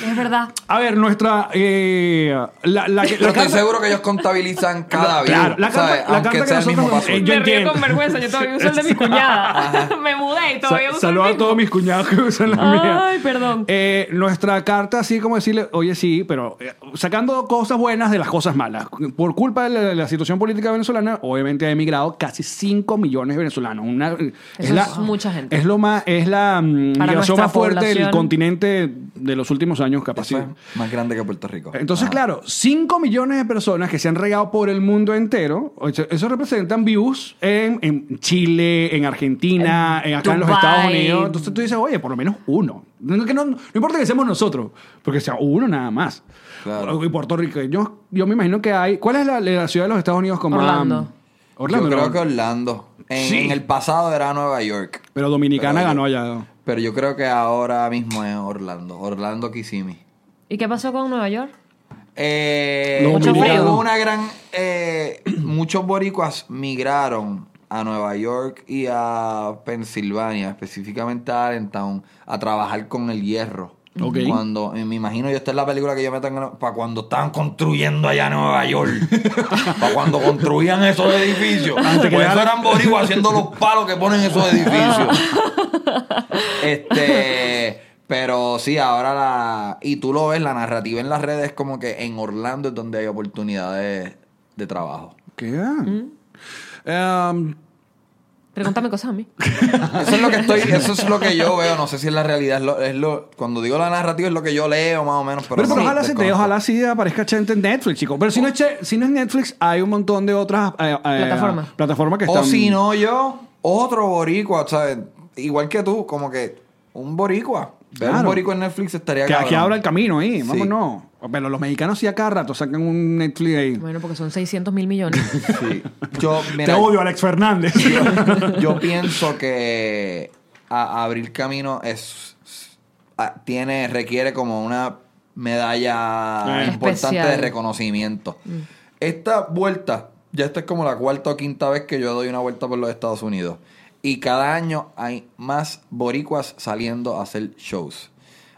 Speaker 2: es verdad.
Speaker 3: A ver, nuestra... eh, la, la, que-
Speaker 4: Pero
Speaker 3: la
Speaker 4: estoy
Speaker 3: carta-
Speaker 4: seguro que ellos contabilizan cada view,
Speaker 3: Claro, la
Speaker 4: ¿sabes?
Speaker 3: carta- la
Speaker 4: aunque
Speaker 3: carta que
Speaker 4: sea el mismo
Speaker 3: nosotros-
Speaker 4: password.
Speaker 3: eh, yo- entiendo.
Speaker 2: vergüenza, yo todavía uso el de mi cuñada. Me mudé y
Speaker 3: Sa- Saluda a todos mis cuñados que usan la mía.
Speaker 2: Ay, perdón.
Speaker 3: Eh, nuestra carta, así como decirle, oye, sí, pero eh, sacando cosas buenas de las cosas malas. Por culpa de la, de la situación política venezolana, obviamente ha emigrado casi 5 millones de venezolanos. Una- eh,
Speaker 2: es mucha gente.
Speaker 3: Es, lo más, es la mm,
Speaker 2: Para
Speaker 3: migración más
Speaker 2: nuestra
Speaker 3: fuerte del
Speaker 2: población.
Speaker 3: continente de los últimos años, capaz.
Speaker 4: Eso
Speaker 3: sí.
Speaker 4: es más grande que Puerto Rico.
Speaker 3: Entonces,
Speaker 4: Ajá.
Speaker 3: claro, 5 millones de personas que se han regado por el mundo entero, o sea, eso representan views en, en Chile, en Argentina, en acá en los
Speaker 2: Dubái.
Speaker 3: Estados Unidos. Entonces tú dices, oye, por lo menos uno. No, que no- no importa que seamos nosotros, porque sea uno nada más.
Speaker 4: Claro.
Speaker 3: Y puertorriqueños, yo me imagino que hay. ¿Cuál es la, la ciudad de los Estados Unidos con más-
Speaker 2: Orlando.
Speaker 3: Orlando,
Speaker 4: yo creo
Speaker 3: ¿no?
Speaker 4: que Orlando. En,
Speaker 3: Sí.
Speaker 4: en el pasado era Nueva York.
Speaker 3: Pero Dominicana
Speaker 4: Pero
Speaker 3: ganó
Speaker 4: yo-
Speaker 3: ya.
Speaker 4: Pero yo creo que ahora mismo es Orlando. Orlando Kissimmee.
Speaker 2: ¿Y qué pasó con Nueva York?
Speaker 4: Eh,
Speaker 3: Los
Speaker 4: mucho
Speaker 3: dominicanos.
Speaker 4: hubo una gran. eh, muchos boricuas migraron a Nueva York y a Pensilvania, específicamente a Allentown, a trabajar con el hierro.
Speaker 3: Ok.
Speaker 4: Cuando, eh, me imagino yo, esta es la película que yo me tengo para cuando estaban construyendo allá en Nueva York. para cuando construían esos edificios.
Speaker 3: Antes
Speaker 4: Por
Speaker 3: que
Speaker 4: eso
Speaker 3: dejara-
Speaker 4: eran boricuas haciendo los palos que ponen esos edificios. Este. Pero sí, ahora la. Y tú lo ves, la narrativa en las redes es como que en Orlando es donde hay oportunidades de trabajo.
Speaker 3: ¿Qué? Em,
Speaker 2: Pregúntame cosas a mí.
Speaker 4: Eso es lo que estoy, eso es lo que yo veo. No sé si es la realidad. Es lo, es lo- cuando digo la narrativa es lo que yo leo más o menos. Pero,
Speaker 3: Pero, pero
Speaker 4: sí,
Speaker 3: ojalá se te,
Speaker 4: desconozco.
Speaker 3: ojalá sí aparezca Chente en Netflix, chicos. Pero si no, es Che- si no es Netflix, hay un montón de otras eh, eh,
Speaker 2: Plataformas.
Speaker 3: plataformas que
Speaker 4: O
Speaker 3: están.
Speaker 4: si no, yo, otro boricua, ¿sabes? Igual que tú, como que un boricua. Ver un
Speaker 3: Claro.
Speaker 4: boricua en Netflix estaría
Speaker 3: Que
Speaker 4: cabrón.
Speaker 3: aquí abra el camino ahí,
Speaker 4: Sí.
Speaker 3: vámonos. Pero los mexicanos sí a cada rato sacan un Netflix ahí.
Speaker 2: Bueno, porque son 600 mil millones.
Speaker 4: Sí. Yo, mira,
Speaker 3: Te odio, Alex Fernández.
Speaker 4: yo- yo pienso que a- abrir camino es a- tiene requiere como una medalla
Speaker 3: Eh.
Speaker 4: importante de
Speaker 2: Especial.
Speaker 4: reconocimiento. Esta vuelta, ya esta es como la cuarta o quinta vez que yo doy una vuelta por los Estados Unidos. Y cada año hay más boricuas saliendo a hacer shows.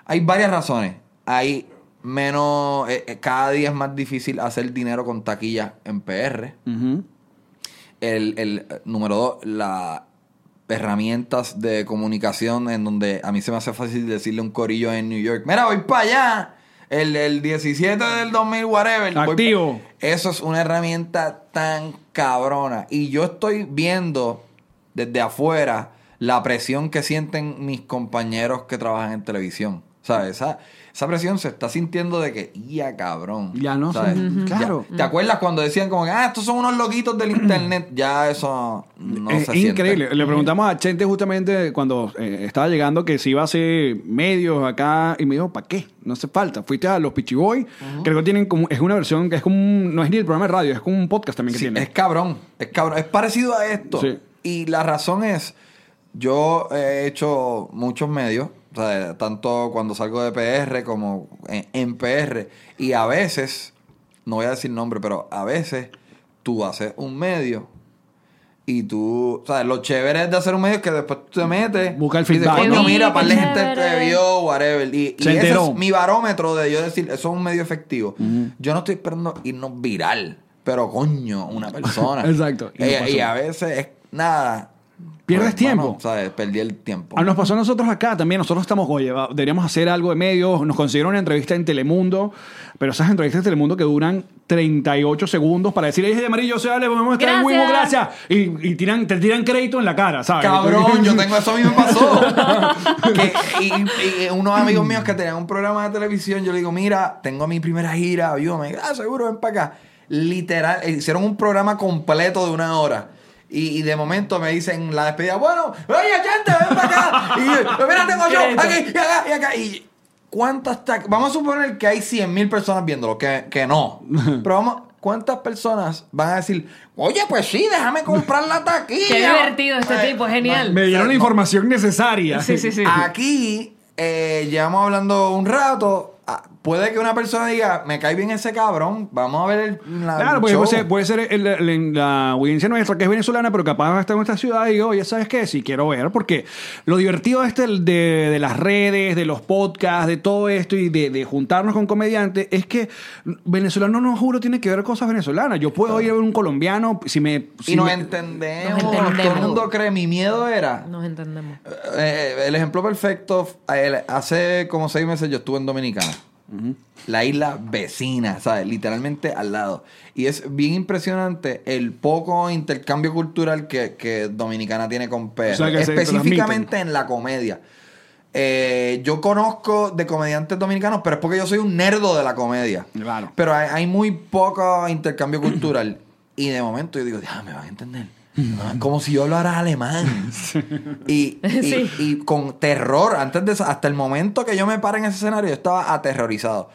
Speaker 4: Hay varias razones. Hay menos... eh, eh, cada día es más difícil hacer dinero con taquilla en PR.
Speaker 3: Ujú.
Speaker 4: El, el, eh, número dos, las herramientas de comunicación en donde a mí se me hace fácil decirle a un corillo en New York, mira, voy para allá, el, el 17 del 2000, whatever. voy pa-".
Speaker 3: Activo.
Speaker 4: Eso es una herramienta tan cabrona. Y yo estoy viendo desde afuera la presión que sienten mis compañeros que trabajan en televisión. ¿Sabes? Esa, esa presión se está sintiendo de que, ya cabrón.
Speaker 3: Ya no
Speaker 4: ¿sabes?
Speaker 3: son-
Speaker 4: Ya-
Speaker 3: claro.
Speaker 4: ¿Te acuerdas cuando decían como que, ah, estos son unos loquitos del internet? Ya eso no
Speaker 3: es
Speaker 4: se siente.
Speaker 3: increíble. Le preguntamos a Chente justamente cuando eh, estaba llegando que si iba a hacer medios acá y me dijo, ¿para qué? No hace falta. Fuiste a los Pichiboy. Creo que tienen como, es una versión que es como, un- no es ni el programa de radio, es como un podcast también que
Speaker 4: Sí,
Speaker 3: tiene.
Speaker 4: es cabrón, es cabrón. Es parecido a esto.
Speaker 3: Sí.
Speaker 4: Y la razón es, yo he hecho muchos medios, o sea, tanto cuando salgo de PR como en, en PR. Y a veces, no voy a decir nombre, pero a veces tú haces un medio y tú, o sea, lo chévere es de hacer un medio es que después tú te metes.
Speaker 3: Busca el
Speaker 4: y dices,
Speaker 3: feedback.
Speaker 4: "Coño,
Speaker 2: Te vi,
Speaker 4: mira, para la
Speaker 2: qué
Speaker 4: gente te
Speaker 2: chévere".
Speaker 4: vio, whatever. Y, y
Speaker 3: Se
Speaker 4: ese
Speaker 3: enteró.
Speaker 4: es mi barómetro de yo decir, eso es un medio efectivo. Yo no estoy esperando irnos viral, pero coño, una persona.
Speaker 3: Exacto. Y
Speaker 4: Y,
Speaker 3: no pasó.
Speaker 4: y a veces es nada.
Speaker 3: Pierdes tiempo.
Speaker 4: mano, ¿sabes? Perdí el tiempo.
Speaker 3: Ah, nos pasó a nosotros acá también. Nosotros estamos, oye, va- deberíamos hacer algo de medios. Nos consiguieron una entrevista en Telemundo, pero esas entrevistas en Telemundo que duran 38 segundos para decir, es de amarillo, se vale, vamos a estar en
Speaker 2: Gracias.
Speaker 3: Wimo, gracias. Y, y tiran, te tiran crédito en la cara, ¿sabes?
Speaker 4: Cabrón, yo tengo eso a mí me pasó. Que- y, y unos amigos míos que tenían un programa de televisión, yo le digo, mira, tengo mi primera gira, ayúdame. Ah, seguro, ven para acá. Literal, eh, hicieron un programa completo de una hora. Y, y de momento me dicen la despedida, bueno, oye, gente, ven para acá. Y yo, "Pues mira, tengo yo,
Speaker 2: Crédito.
Speaker 4: aquí, y acá, y acá. Y cuántas, ta- vamos a suponer que hay 100 mil personas viéndolo, que, que no. Pero vamos, ¿cuántas personas van a decir, oye, pues sí, déjame comprar la taquilla?
Speaker 2: Qué divertido este tipo, genial.
Speaker 3: Me dieron la información necesaria.
Speaker 2: Sí, sí, sí.
Speaker 4: Aquí eh, llevamos hablando un rato. Ah, Puede que una persona diga, me cae bien ese cabrón, vamos a ver el, la-
Speaker 3: Claro,
Speaker 4: el
Speaker 3: porque
Speaker 4: show".
Speaker 3: puede ser, puede ser el- el- la audiencia nuestra que es venezolana, pero capaz está en esta ciudad y digo, oye, ¿sabes qué? Sí, quiero ver, porque lo divertido este de, de las redes, de los podcasts, de todo esto y de, de juntarnos con comediantes, es que venezolano, no juro, tiene que ver cosas venezolanas. Yo puedo ir a ver un colombiano, si me...
Speaker 4: Y
Speaker 3: si
Speaker 4: nos
Speaker 3: me-
Speaker 4: entendemos.
Speaker 2: Nos entendemos.
Speaker 4: Todo el mundo cree, mi miedo era.
Speaker 2: Nos entendemos.
Speaker 4: Eh, el ejemplo perfecto, el- hace como seis meses yo estuve en Dominicana. La isla vecina, ¿sabes? Literalmente al lado. Y es bien impresionante el poco intercambio cultural que, que Dominicana tiene con PR.
Speaker 3: O sea, que se
Speaker 4: específicamente en la comedia. Eh, yo conozco de comediantes dominicanos, pero es porque yo soy un nerdo de la comedia.
Speaker 3: Claro.
Speaker 4: Pero hay, hay muy poco intercambio cultural. y de momento yo digo, ya, me van a entender. Ah, Como si yo hablara alemán. y, y-
Speaker 2: Sí.
Speaker 4: y con terror. Antes de eso, hasta el momento que yo me paré en ese escenario, yo estaba aterrorizado.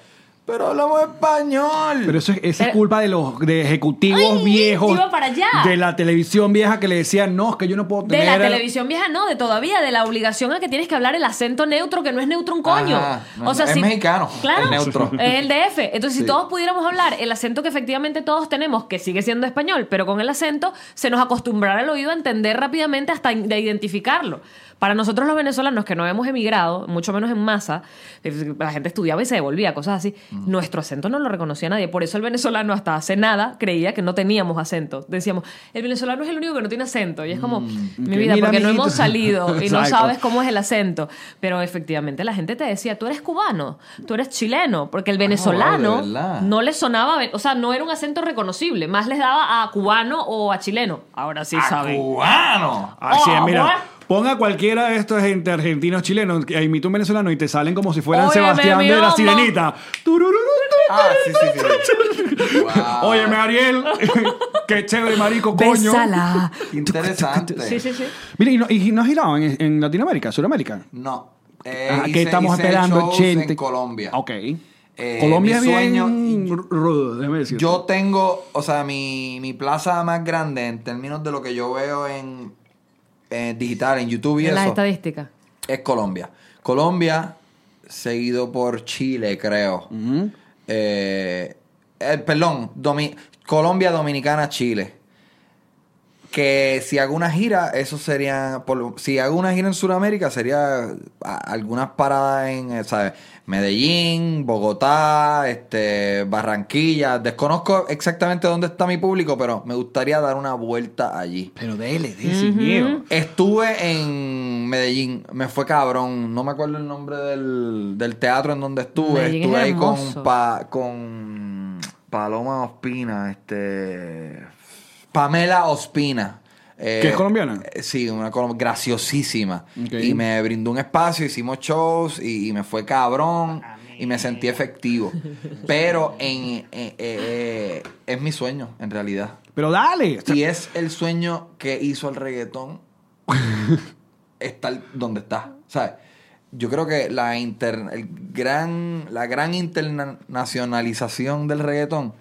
Speaker 4: Pero hablamos español.
Speaker 3: Pero eso es, esa es
Speaker 2: Pero-
Speaker 3: culpa de los de ejecutivos
Speaker 2: Ay,
Speaker 3: viejos.
Speaker 2: iba para allá.
Speaker 3: De la televisión vieja que le decían, no, es que yo no puedo
Speaker 2: De
Speaker 3: tener...
Speaker 2: la
Speaker 3: el-
Speaker 2: televisión vieja, no, de todavía, de la obligación a que tienes que hablar el acento neutro, que no es neutro un coño.
Speaker 4: Ajá, no,
Speaker 2: o sea,
Speaker 4: es
Speaker 2: si-
Speaker 4: mexicano,
Speaker 2: Claro,
Speaker 4: es neutro.
Speaker 2: Es el DF. Entonces,
Speaker 4: Sí.
Speaker 2: si todos pudiéramos hablar el acento que efectivamente todos tenemos, que sigue siendo español, pero con el acento se nos acostumbrará el oído a entender rápidamente hasta in- de identificarlo. Para nosotros los venezolanos que no hemos emigrado, mucho menos en masa, eh, la gente estudiaba y se devolvía, cosas así.
Speaker 3: Mm.
Speaker 2: Nuestro acento no lo reconocía nadie. Por eso el venezolano hasta hace nada creía que no teníamos acento. Decíamos, el venezolano es el único que no tiene acento. Y es como, mi
Speaker 3: que
Speaker 2: vida,
Speaker 3: Mm, mira,
Speaker 2: porque no
Speaker 3: amiguito.
Speaker 2: hemos salido y no
Speaker 3: Exacto.
Speaker 2: sabes cómo es el acento. Pero efectivamente la gente te decía, tú eres cubano, tú eres chileno, porque el venezolano
Speaker 4: de verdad.
Speaker 2: no le sonaba, ve- o sea, no era un acento reconocible. Más les daba a cubano o a chileno. Ahora sí saben.
Speaker 4: ¡Cubano!
Speaker 3: Así es,
Speaker 2: Ah, bueno.
Speaker 3: mira. Ponga cualquiera de estos gente argentinos, chilenos, que imita un venezolano y te salen como si fueran
Speaker 2: Óyeme,
Speaker 3: Sebastián
Speaker 2: mi
Speaker 3: de la
Speaker 2: mamá.
Speaker 3: Sirenita. Turururu,
Speaker 4: Ah, sí, sí, sí. Wow.
Speaker 3: Óyeme, Ariel. Qué chévere, marico, coño.
Speaker 2: Bésala.
Speaker 4: Interesante.
Speaker 2: Sí, sí, sí.
Speaker 3: Mira, y no, y no has girado en, en Latinoamérica, Sudamérica.
Speaker 4: No. Eh,
Speaker 3: Ah,
Speaker 4: hice-
Speaker 3: que estamos
Speaker 4: hice
Speaker 3: esperando,
Speaker 4: shows
Speaker 3: gente.
Speaker 4: en Colombia.
Speaker 3: Ok.
Speaker 4: Eh,
Speaker 3: Colombia es
Speaker 4: mi sueño-
Speaker 3: bien rudo, déjame decir.
Speaker 4: Yo tengo, o sea, mi, mi plaza más grande en términos de lo que yo veo en, en digital, en YouTube y
Speaker 2: En las
Speaker 4: eso,
Speaker 2: estadísticas.
Speaker 4: es Colombia. Colombia, seguido por Chile, creo. Eh, eh, perdón, Domi- Colombia, Dominicana, Chile. Que si hago una gira, eso sería. por lo- si hago una gira en Sudamérica, sería a- algunas paradas en, eh, ¿sabes? Medellín, Bogotá, este, Barranquilla. Desconozco exactamente dónde está mi público, pero me gustaría dar una vuelta allí.
Speaker 3: Pero dele, dele, sin miedo.
Speaker 4: Estuve en Medellín, me fue cabrón, no me acuerdo el nombre del, del teatro en donde estuve.
Speaker 2: Medellín
Speaker 4: estuve
Speaker 2: es
Speaker 4: ahí con,
Speaker 2: hermoso.
Speaker 4: pa- con Paloma Ospina, este Pamela Ospina. eh,
Speaker 3: ¿Que es colombiana?
Speaker 4: eh, Sí, una colombiana graciosísima.
Speaker 3: Ok.
Speaker 4: Y me brindó un espacio, hicimos shows y, y me fue cabrón y me sentí efectivo. Pero en, eh, eh, eh, es mi sueño, en realidad.
Speaker 3: Pero dale. O sea,
Speaker 4: Y es el sueño que hizo el reggaetón estar donde está. ¿Sabes? Yo creo que la, inter- el gran, la gran internacionalización del reggaetón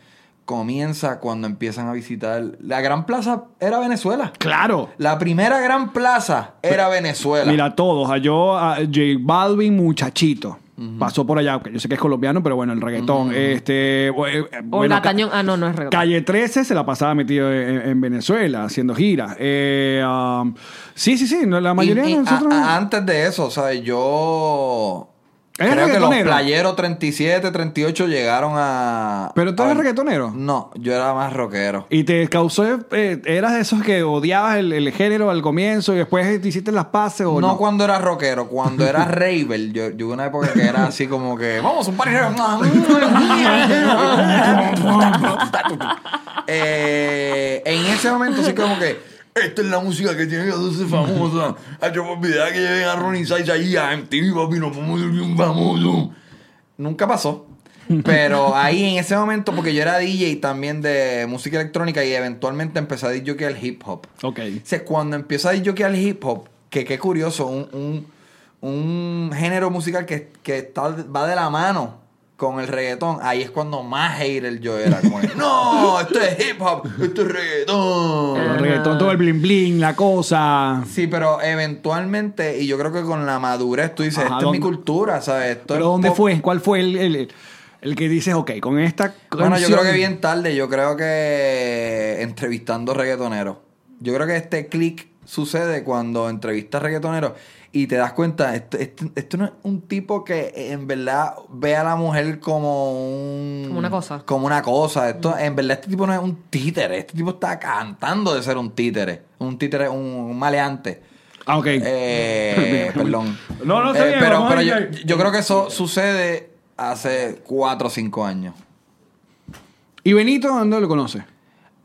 Speaker 4: comienza cuando empiezan a visitar. La gran plaza era Venezuela.
Speaker 3: Claro.
Speaker 4: La primera gran plaza era Venezuela.
Speaker 3: Mira, todos. A yo, a J Balvin, muchachito. Pasó por allá, que yo sé que es colombiano, pero bueno, el reggaetón. Este. bu- eh, bueno,
Speaker 2: Olga
Speaker 3: ca-
Speaker 2: Tañón. Ah, no, no es reggaetón.
Speaker 3: Calle 13 se la pasaba metido en, en Venezuela, haciendo giras. Eh, um, sí, sí, sí. no, La mayoría
Speaker 4: Y- y
Speaker 3: de
Speaker 4: a-
Speaker 3: nosotros.
Speaker 4: a- antes de eso, ¿sabes? Yo.
Speaker 3: ¿Eres
Speaker 4: creo que los
Speaker 3: reggaetonero?
Speaker 4: playeros 37, 38 llegaron a.
Speaker 3: ¿Pero tú
Speaker 4: a
Speaker 3: eres
Speaker 4: ver-
Speaker 3: reggaetonero?
Speaker 4: No, yo era más rockero.
Speaker 3: Y te causó. eh, eras de esos que odiabas el, el género al comienzo y después te hiciste las paces o
Speaker 4: No,
Speaker 3: no.
Speaker 4: cuando era rockero, cuando era raver. Yo, yo hubo una época que era así como que, vamos, un party rave". eh, En ese momento sí como que, esta es la música que tiene que hacerse famosa. Ay, yo me olvidaba que lleguen a Ronnie Size ahí a MTV, papi, nos vamos a hacer bien famosos. Nunca pasó. Pero ahí en ese momento, porque yo era DJ también de música electrónica y eventualmente empecé a DJ que el hip hop.
Speaker 3: Ok.
Speaker 4: Dice, cuando empieza a yo que al hip hop, que qué curioso, un, un- un género musical que, que está- va de la mano con el reggaetón, ahí es cuando más hater yo era. Como que, no, esto es hip hop, esto es reggaetón.
Speaker 3: El reggaetón, todo el blin blin, la cosa.
Speaker 4: Sí, pero eventualmente, y yo creo que con la madurez tú dices,
Speaker 3: Ajá,
Speaker 4: esta es mi
Speaker 3: ¿dónde-
Speaker 4: cultura, ¿sabes? Esto
Speaker 3: ¿Pero
Speaker 4: es
Speaker 3: dónde
Speaker 4: pop".
Speaker 3: fue? ¿Cuál fue el, el- el que dices, ok, con esta.
Speaker 4: Bueno, yo
Speaker 3: canción-
Speaker 4: creo que bien tarde, yo creo que entrevistando reggaetoneros. Yo creo que este clic sucede cuando entrevistas reggaetoneros y te das cuenta, esto, esto- esto no es un tipo que eh, en verdad ve a la mujer como un...
Speaker 2: Como una cosa.
Speaker 4: Como una cosa. Esto, en verdad este tipo no es un títere, este tipo está cantando de ser un títere, un títere, un, un maleante.
Speaker 3: Ah, ok.
Speaker 4: Eh, perdón.
Speaker 3: No, no, está
Speaker 4: Eh,
Speaker 3: bien,
Speaker 4: Pero,
Speaker 3: vamos
Speaker 4: pero
Speaker 3: a
Speaker 4: yo,
Speaker 3: ir-
Speaker 4: yo creo que eso sucede hace cuatro o cinco años.
Speaker 3: ¿Y Benito dónde lo conoce?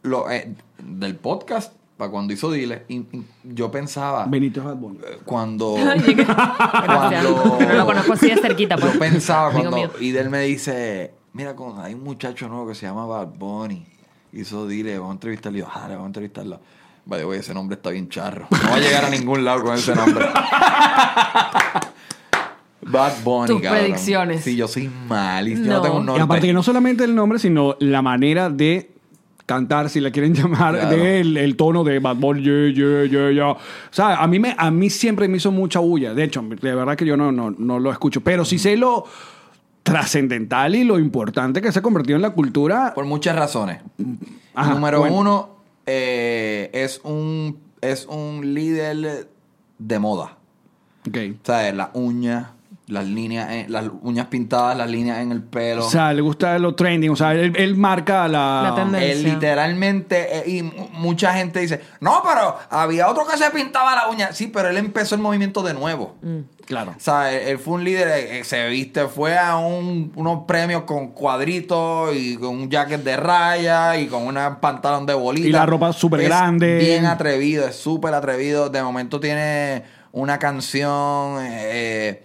Speaker 4: lo, eh, del podcast, para cuando hizo Dile, y- y yo pensaba,
Speaker 3: Benito es Bad Bunny.
Speaker 4: eh, cuando...
Speaker 2: Gracias.
Speaker 4: Cuando-
Speaker 2: Pero lo conozco así de cerquita. pues.
Speaker 4: yo pensaba
Speaker 2: Amigo
Speaker 4: cuando...
Speaker 2: mío.
Speaker 4: Y él me dice, mira, con, hay un muchacho nuevo que se llama Bad Bunny. Hizo Dile, vamos a entrevistarlo. Y yo, "Jara, vamos a entrevistarlo. Vale, oye, ese nombre está bien charro. No va a llegar a ningún lado con ese nombre. Bad Bunny,
Speaker 2: Tus
Speaker 4: cabrón.
Speaker 2: predicciones.
Speaker 4: Sí, yo soy malísimo. Yo no
Speaker 2: No.
Speaker 4: tengo un
Speaker 3: Y
Speaker 4: norte.
Speaker 3: aparte que no solamente el nombre, sino la manera de cantar, si la quieren llamar,
Speaker 4: Claro.
Speaker 3: del el tono de Bad Bunny, yeah, yeah, yeah, yeah. O sea, a mí, me, a mí siempre me hizo mucha bulla. De hecho, de verdad que yo no, no, no lo escucho. Pero sí sé lo trascendental y lo importante que se ha convertido en la cultura.
Speaker 4: Por muchas razones.
Speaker 3: Ajá,
Speaker 4: Número
Speaker 3: bueno.
Speaker 4: uno, eh, es, un, es un líder de moda.
Speaker 3: Ok.
Speaker 4: O sea, las uñas, Las líneas, en- las uñas pintadas, las líneas en el pelo.
Speaker 3: O sea, le gusta lo trending. O sea, él, él marca la.
Speaker 2: La tendencia.
Speaker 4: Él Eh, literalmente, eh, y mu- mucha gente dice, no, pero había otro que se pintaba la uña. Sí, pero él empezó el movimiento de nuevo.
Speaker 3: Claro.
Speaker 4: O sea, él, él fue un líder, eh, eh, se viste, fue a un- unos premios con cuadritos y con un jacket de raya y con una pantalón de bolita.
Speaker 3: Y la ropa súper
Speaker 4: Es
Speaker 3: grande.
Speaker 4: Bien atrevido, es súper atrevido. De momento tiene una canción eh,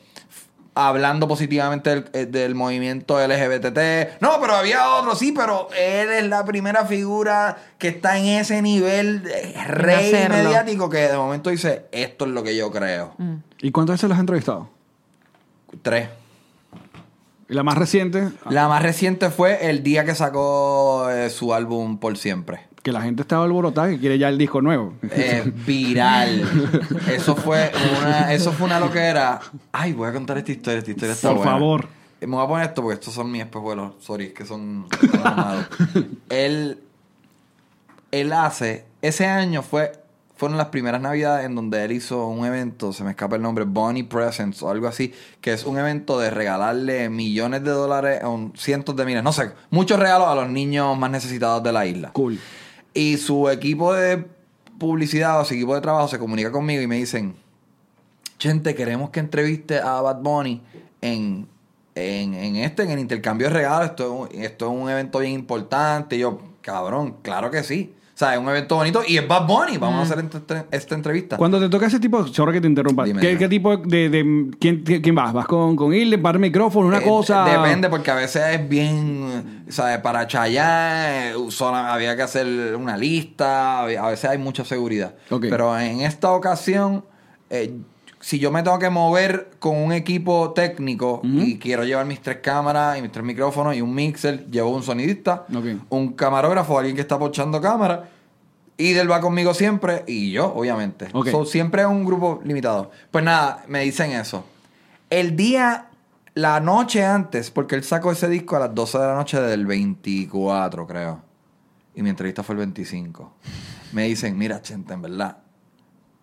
Speaker 4: hablando positivamente del, eh, del movimiento LGBT. No, pero había otro, sí, pero él es la primera figura que está en ese nivel eh, rey
Speaker 2: hacerlo.
Speaker 4: mediático que de momento dice, esto es lo que yo creo.
Speaker 3: ¿Y cuántas veces las has entrevistado?
Speaker 4: Tres.
Speaker 3: ¿Y la más reciente?
Speaker 4: La más reciente fue el día que sacó eh, su álbum Por Siempre.
Speaker 3: Que la gente estaba alborotada que quiere ya el disco nuevo.
Speaker 4: Eh, viral. Eso fue una, eso fue una loquera. Ay, voy a contar esta historia. Esta historia está
Speaker 3: Por
Speaker 4: buena.
Speaker 3: favor.
Speaker 4: Eh, Me voy a poner esto porque estos son mis espejuelos. Sorry, es que son son armados. él, él hace. Ese año fue. Fueron las primeras navidades en donde él hizo un evento, se me escapa el nombre, Bonnie Presents o algo así, que es un evento de regalarle millones de dólares, a un- cientos de miles, no sé, muchos regalos a los niños más necesitados de la isla.
Speaker 3: Cool.
Speaker 4: Y su equipo de publicidad o su equipo de trabajo se comunica conmigo y me dicen, gente, queremos que entreviste a Bad Bunny en, en, en este, en el intercambio de regalos. Esto, es un- esto es un evento bien importante. Y yo, cabrón, claro que sí. O sea, es un evento bonito y es Bad Bunny. Vamos a hacer esta, esta entrevista.
Speaker 3: Cuando te toca ese tipo, sorry que te interrumpa.
Speaker 4: Dime,
Speaker 3: ¿Qué,
Speaker 4: dime.
Speaker 3: qué tipo de, de- quién, qué- quién vas? ¿Vas con, con Hilde, par de micrófono, una
Speaker 4: Eh,
Speaker 3: cosa?
Speaker 4: Depende, porque a veces es bien, ¿sabes? Para Chayanne eh, solo había que hacer una lista, a veces hay mucha seguridad.
Speaker 3: Ok.
Speaker 4: Pero en esta ocasión, eh, si yo me tengo que mover con un equipo técnico y quiero llevar mis tres cámaras y mis tres micrófonos y un mixer, llevo un sonidista,
Speaker 3: Ok.
Speaker 4: un camarógrafo, alguien que está pochando cámara. Y él va conmigo siempre y yo, obviamente.
Speaker 3: Ok.
Speaker 4: So, siempre es un grupo limitado. Pues nada, me dicen eso. El día, la noche antes, porque él sacó ese disco a las 12 de la noche del 24, creo. Y mi entrevista fue el 25. Me dicen, mira, Chente, en verdad,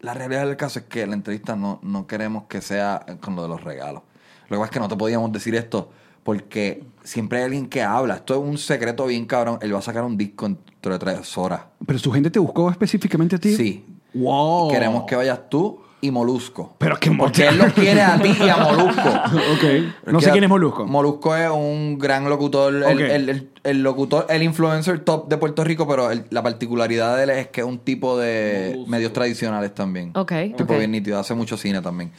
Speaker 4: la realidad del caso es que la entrevista no, no queremos que sea con lo de los regalos. Lo que pasa es que no te podíamos decir esto porque siempre hay alguien que habla. Esto es un secreto bien cabrón. Él va a sacar un disco dentro de tres horas.
Speaker 3: Pero su gente te buscó específicamente a ti.
Speaker 4: Sí.
Speaker 3: Wow.
Speaker 4: Queremos que vayas tú y Molusco.
Speaker 3: Oh. Pero que mo-
Speaker 4: Porque él los quiere a ti y a Molusco.
Speaker 3: Ok. No sé quién es Molusco.
Speaker 4: Molusco es un gran locutor, el-
Speaker 3: Ok.
Speaker 4: el, el- el locutor, el influencer top de Puerto Rico, pero el- la particularidad de él es que es un tipo de medios tradicionales también.
Speaker 2: Ok,
Speaker 4: Tipo
Speaker 2: ok.
Speaker 4: bien nítido, hace mucho cine también.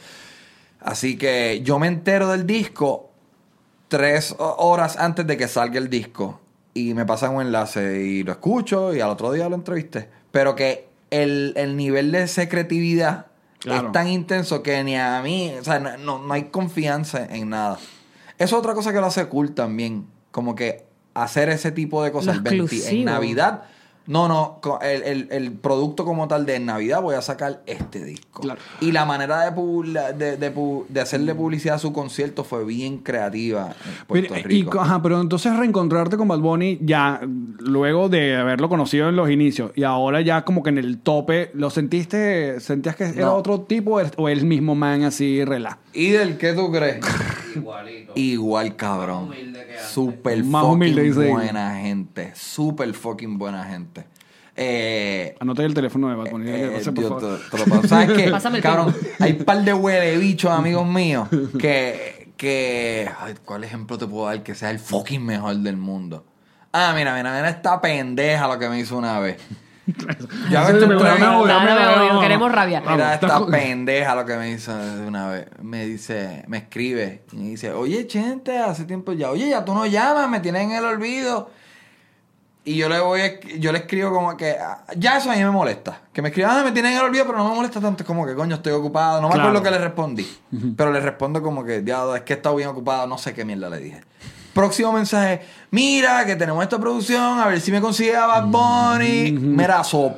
Speaker 4: Así que yo me entero del disco tres ho- horas antes de que salga el disco. Y me pasan un enlace y lo escucho y al otro día lo entrevisté. Pero que el, el nivel de secretividad
Speaker 3: Claro.
Speaker 4: es tan intenso que ni a mí, o sea, no, no- no hay confianza en nada. Eso es otra cosa que lo hace cool también. Como que hacer ese tipo de cosas
Speaker 2: Lo
Speaker 4: 20 en
Speaker 2: exclusivo.
Speaker 4: Navidad. No, no, co- el, el- el producto como tal de Navidad voy a sacar este disco.
Speaker 3: Claro. Mm.
Speaker 4: Y la manera de, publi- de, de pu- de hacerle publicidad a su concierto fue bien creativa en Puerto
Speaker 3: Mira, y
Speaker 4: Rico.
Speaker 3: co- ajá, pero entonces reencontrarte con Bad Bunny ya luego de haberlo conocido en los inicios y ahora ya como que en el tope, ¿lo sentiste? ¿Sentías que era
Speaker 4: No.
Speaker 3: otro tipo o el- o el mismo man así relax?
Speaker 4: ¿Y del qué tú crees? Igualito. Igual, cabrón. Súper
Speaker 3: Más
Speaker 4: fucking
Speaker 3: humilde, dice él.
Speaker 4: buena gente. Súper fucking buena gente. Eh,
Speaker 3: Anota ahí el teléfono de Bad Bunny.
Speaker 4: eh,
Speaker 3: dale, pase, por
Speaker 4: yo
Speaker 3: favor.
Speaker 4: te- te lo paso. ¿Sabes qué?
Speaker 2: Pásame el
Speaker 4: Cabrón, hay un par de huele bichos, amigos míos, que. que ay, ¿Cuál ejemplo te puedo dar que sea el fucking mejor del mundo? Ah, mira, mira, mira esta pendeja lo que me hizo una vez. Yo hago esta
Speaker 3: Me guarda
Speaker 4: entrevista-
Speaker 3: una
Speaker 2: No, no,
Speaker 3: mira,
Speaker 2: no,
Speaker 3: mira,
Speaker 2: no,
Speaker 3: no.
Speaker 2: queremos rabia.
Speaker 3: Vamos,
Speaker 4: Mira
Speaker 3: estás
Speaker 4: esta
Speaker 3: con-
Speaker 4: pendeja lo que me hizo de una vez. Me dice, me escribe y me dice, oye, gente, hace tiempo ya, oye, ya tú no llamas, me tienes en el olvido. Y yo le voy, a- yo le escribo como que, ah, ya eso a mí me molesta. Que me escriban, ah, me tienen en el olvido, pero no me molesta tanto. Es como que, coño, estoy ocupado. No me
Speaker 3: Claro.
Speaker 4: acuerdo que le respondí. Pero le respondo como que, diablo, es que he estado bien ocupado, no sé qué mierda le dije. Próximo mensaje. Mira, que tenemos esta producción, a ver si me consigue a Bad Bunny. Mira, so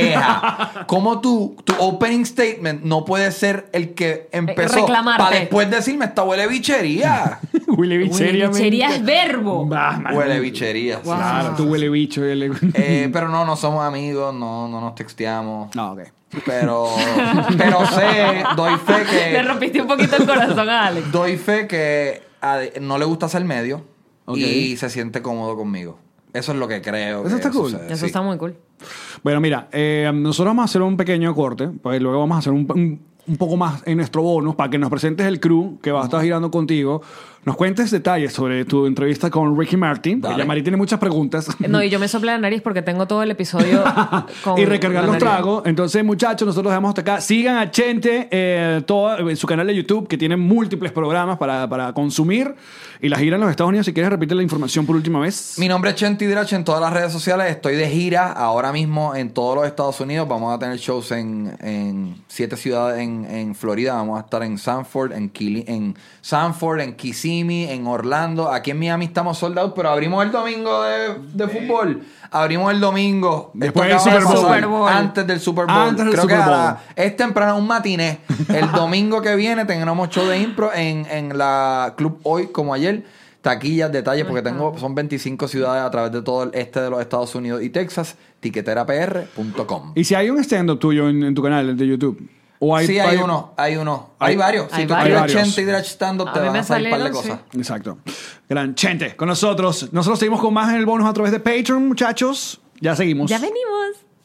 Speaker 4: pendeja. Como tú, tu opening statement no puede ser el que empezó
Speaker 2: reclamarte.
Speaker 4: para después decirme esta huele bichería.
Speaker 3: Huele bichería.
Speaker 2: Bichería es verbo.
Speaker 3: Bah, man.
Speaker 4: huele bichería. sí.
Speaker 3: Claro, tú huele bicho. huele-
Speaker 4: Eh, pero no, no somos amigos, no, no nos texteamos.
Speaker 3: No, ok.
Speaker 4: Pero, pero sé, doy fe
Speaker 2: Le
Speaker 4: que.
Speaker 2: rompiste un poquito el corazón a Alex.
Speaker 4: Doy fe que a- no le gusta hacer medio
Speaker 3: Ok.
Speaker 4: y se siente cómodo conmigo. Eso es lo que creo.
Speaker 3: Eso
Speaker 4: que
Speaker 3: está cool.
Speaker 4: sucede,
Speaker 2: Eso
Speaker 4: sí.
Speaker 2: está muy cool.
Speaker 3: Bueno, mira, eh, nosotros vamos a hacer un pequeño corte, pues luego vamos a hacer un, un- un poco más en nuestro bonus para que nos presentes el crew que va a estar girando contigo, nos cuentes detalles sobre tu entrevista con Ricky Martin, porque
Speaker 4: Dale.
Speaker 3: ya Mari tiene muchas preguntas.
Speaker 2: Eh, No, y yo me soplé la nariz porque tengo todo el episodio con
Speaker 3: y recargar
Speaker 2: la
Speaker 3: los
Speaker 2: nariz.
Speaker 3: tragos. Entonces, muchachos, nosotros dejamos hasta acá. Sigan a Chente eh, todo, en su canal de YouTube, que tiene múltiples programas para, para consumir. Y la gira en los Estados Unidos, si quieres, repite la información por última vez.
Speaker 4: Mi nombre es Chenti Drache en todas las redes sociales. Estoy de gira ahora mismo en todos los Estados Unidos. Vamos a tener shows en, en siete ciudades en, en Florida. Vamos a estar en Sanford, en, Kili- en Sanford, en Kissimmee, en Orlando. Aquí en Miami estamos sold out, pero abrimos el domingo de, de fútbol. Abrimos el domingo.
Speaker 3: Después
Speaker 4: Esto
Speaker 3: del
Speaker 4: acaba de
Speaker 3: Super Bowl.
Speaker 4: pasar. Antes del Super Bowl.
Speaker 3: Antes del
Speaker 4: Creo
Speaker 3: Super
Speaker 4: que a la-
Speaker 3: Bowl.
Speaker 4: es temprano, un matiné. El domingo que viene tendremos show de impro en, en la club hoy como ayer. Taquillas, detalles, porque tengo, son 25 ciudades a través de todo el este de los Estados Unidos y Texas. Tiqueterapr.com.
Speaker 3: Y si hay un stand-up tuyo en, en tu canal de YouTube. O
Speaker 4: Sí, hay uno, hay uno. Hay,
Speaker 3: Hay-
Speaker 4: varios. Si
Speaker 2: hay
Speaker 4: tú
Speaker 2: varios.
Speaker 3: Hay
Speaker 4: quieres
Speaker 3: varios.
Speaker 4: Chente y Drach Stand Up,
Speaker 2: A
Speaker 4: te
Speaker 2: mí
Speaker 4: van
Speaker 2: me
Speaker 4: a salir un par de
Speaker 2: salieron, sí.
Speaker 4: cosas.
Speaker 3: Exacto. Gran Chente, con nosotros. Nosotros seguimos con más en el bonus a través de Patreon, muchachos. Ya seguimos.
Speaker 2: Ya venimos.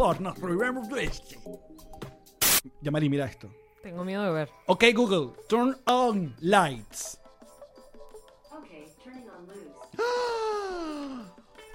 Speaker 3: por nos Remember Twitch. Yamari, mira esto.
Speaker 2: Tengo miedo de ver.
Speaker 3: Ok, Google, turn on lights.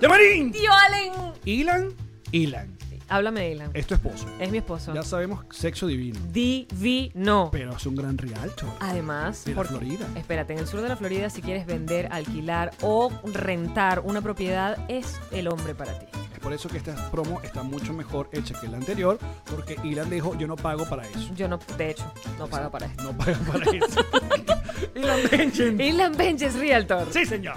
Speaker 3: ¡Llamarín!
Speaker 2: ¡Tío Allen!
Speaker 3: Ilan, Ilan,
Speaker 2: Háblame de Ilan.
Speaker 3: es tu esposo.
Speaker 2: Es mi esposo.
Speaker 3: Ya sabemos, sexo divino.
Speaker 2: Divino.
Speaker 3: Pero es un gran rialto.
Speaker 2: Además,
Speaker 3: De la
Speaker 2: Ah, por-
Speaker 3: Florida.
Speaker 2: Espérate, en el sur de la Florida, si quieres vender, alquilar o rentar una propiedad, es el hombre para ti.
Speaker 3: Es por eso que esta promo está mucho mejor hecha que la anterior, porque Ilan dijo, yo no pago para eso.
Speaker 2: Yo no, de hecho, no pago para esto.
Speaker 3: No pagan para eso. Ilan Benjen.
Speaker 2: Ilan Benches Realtor.
Speaker 3: Sí, señor.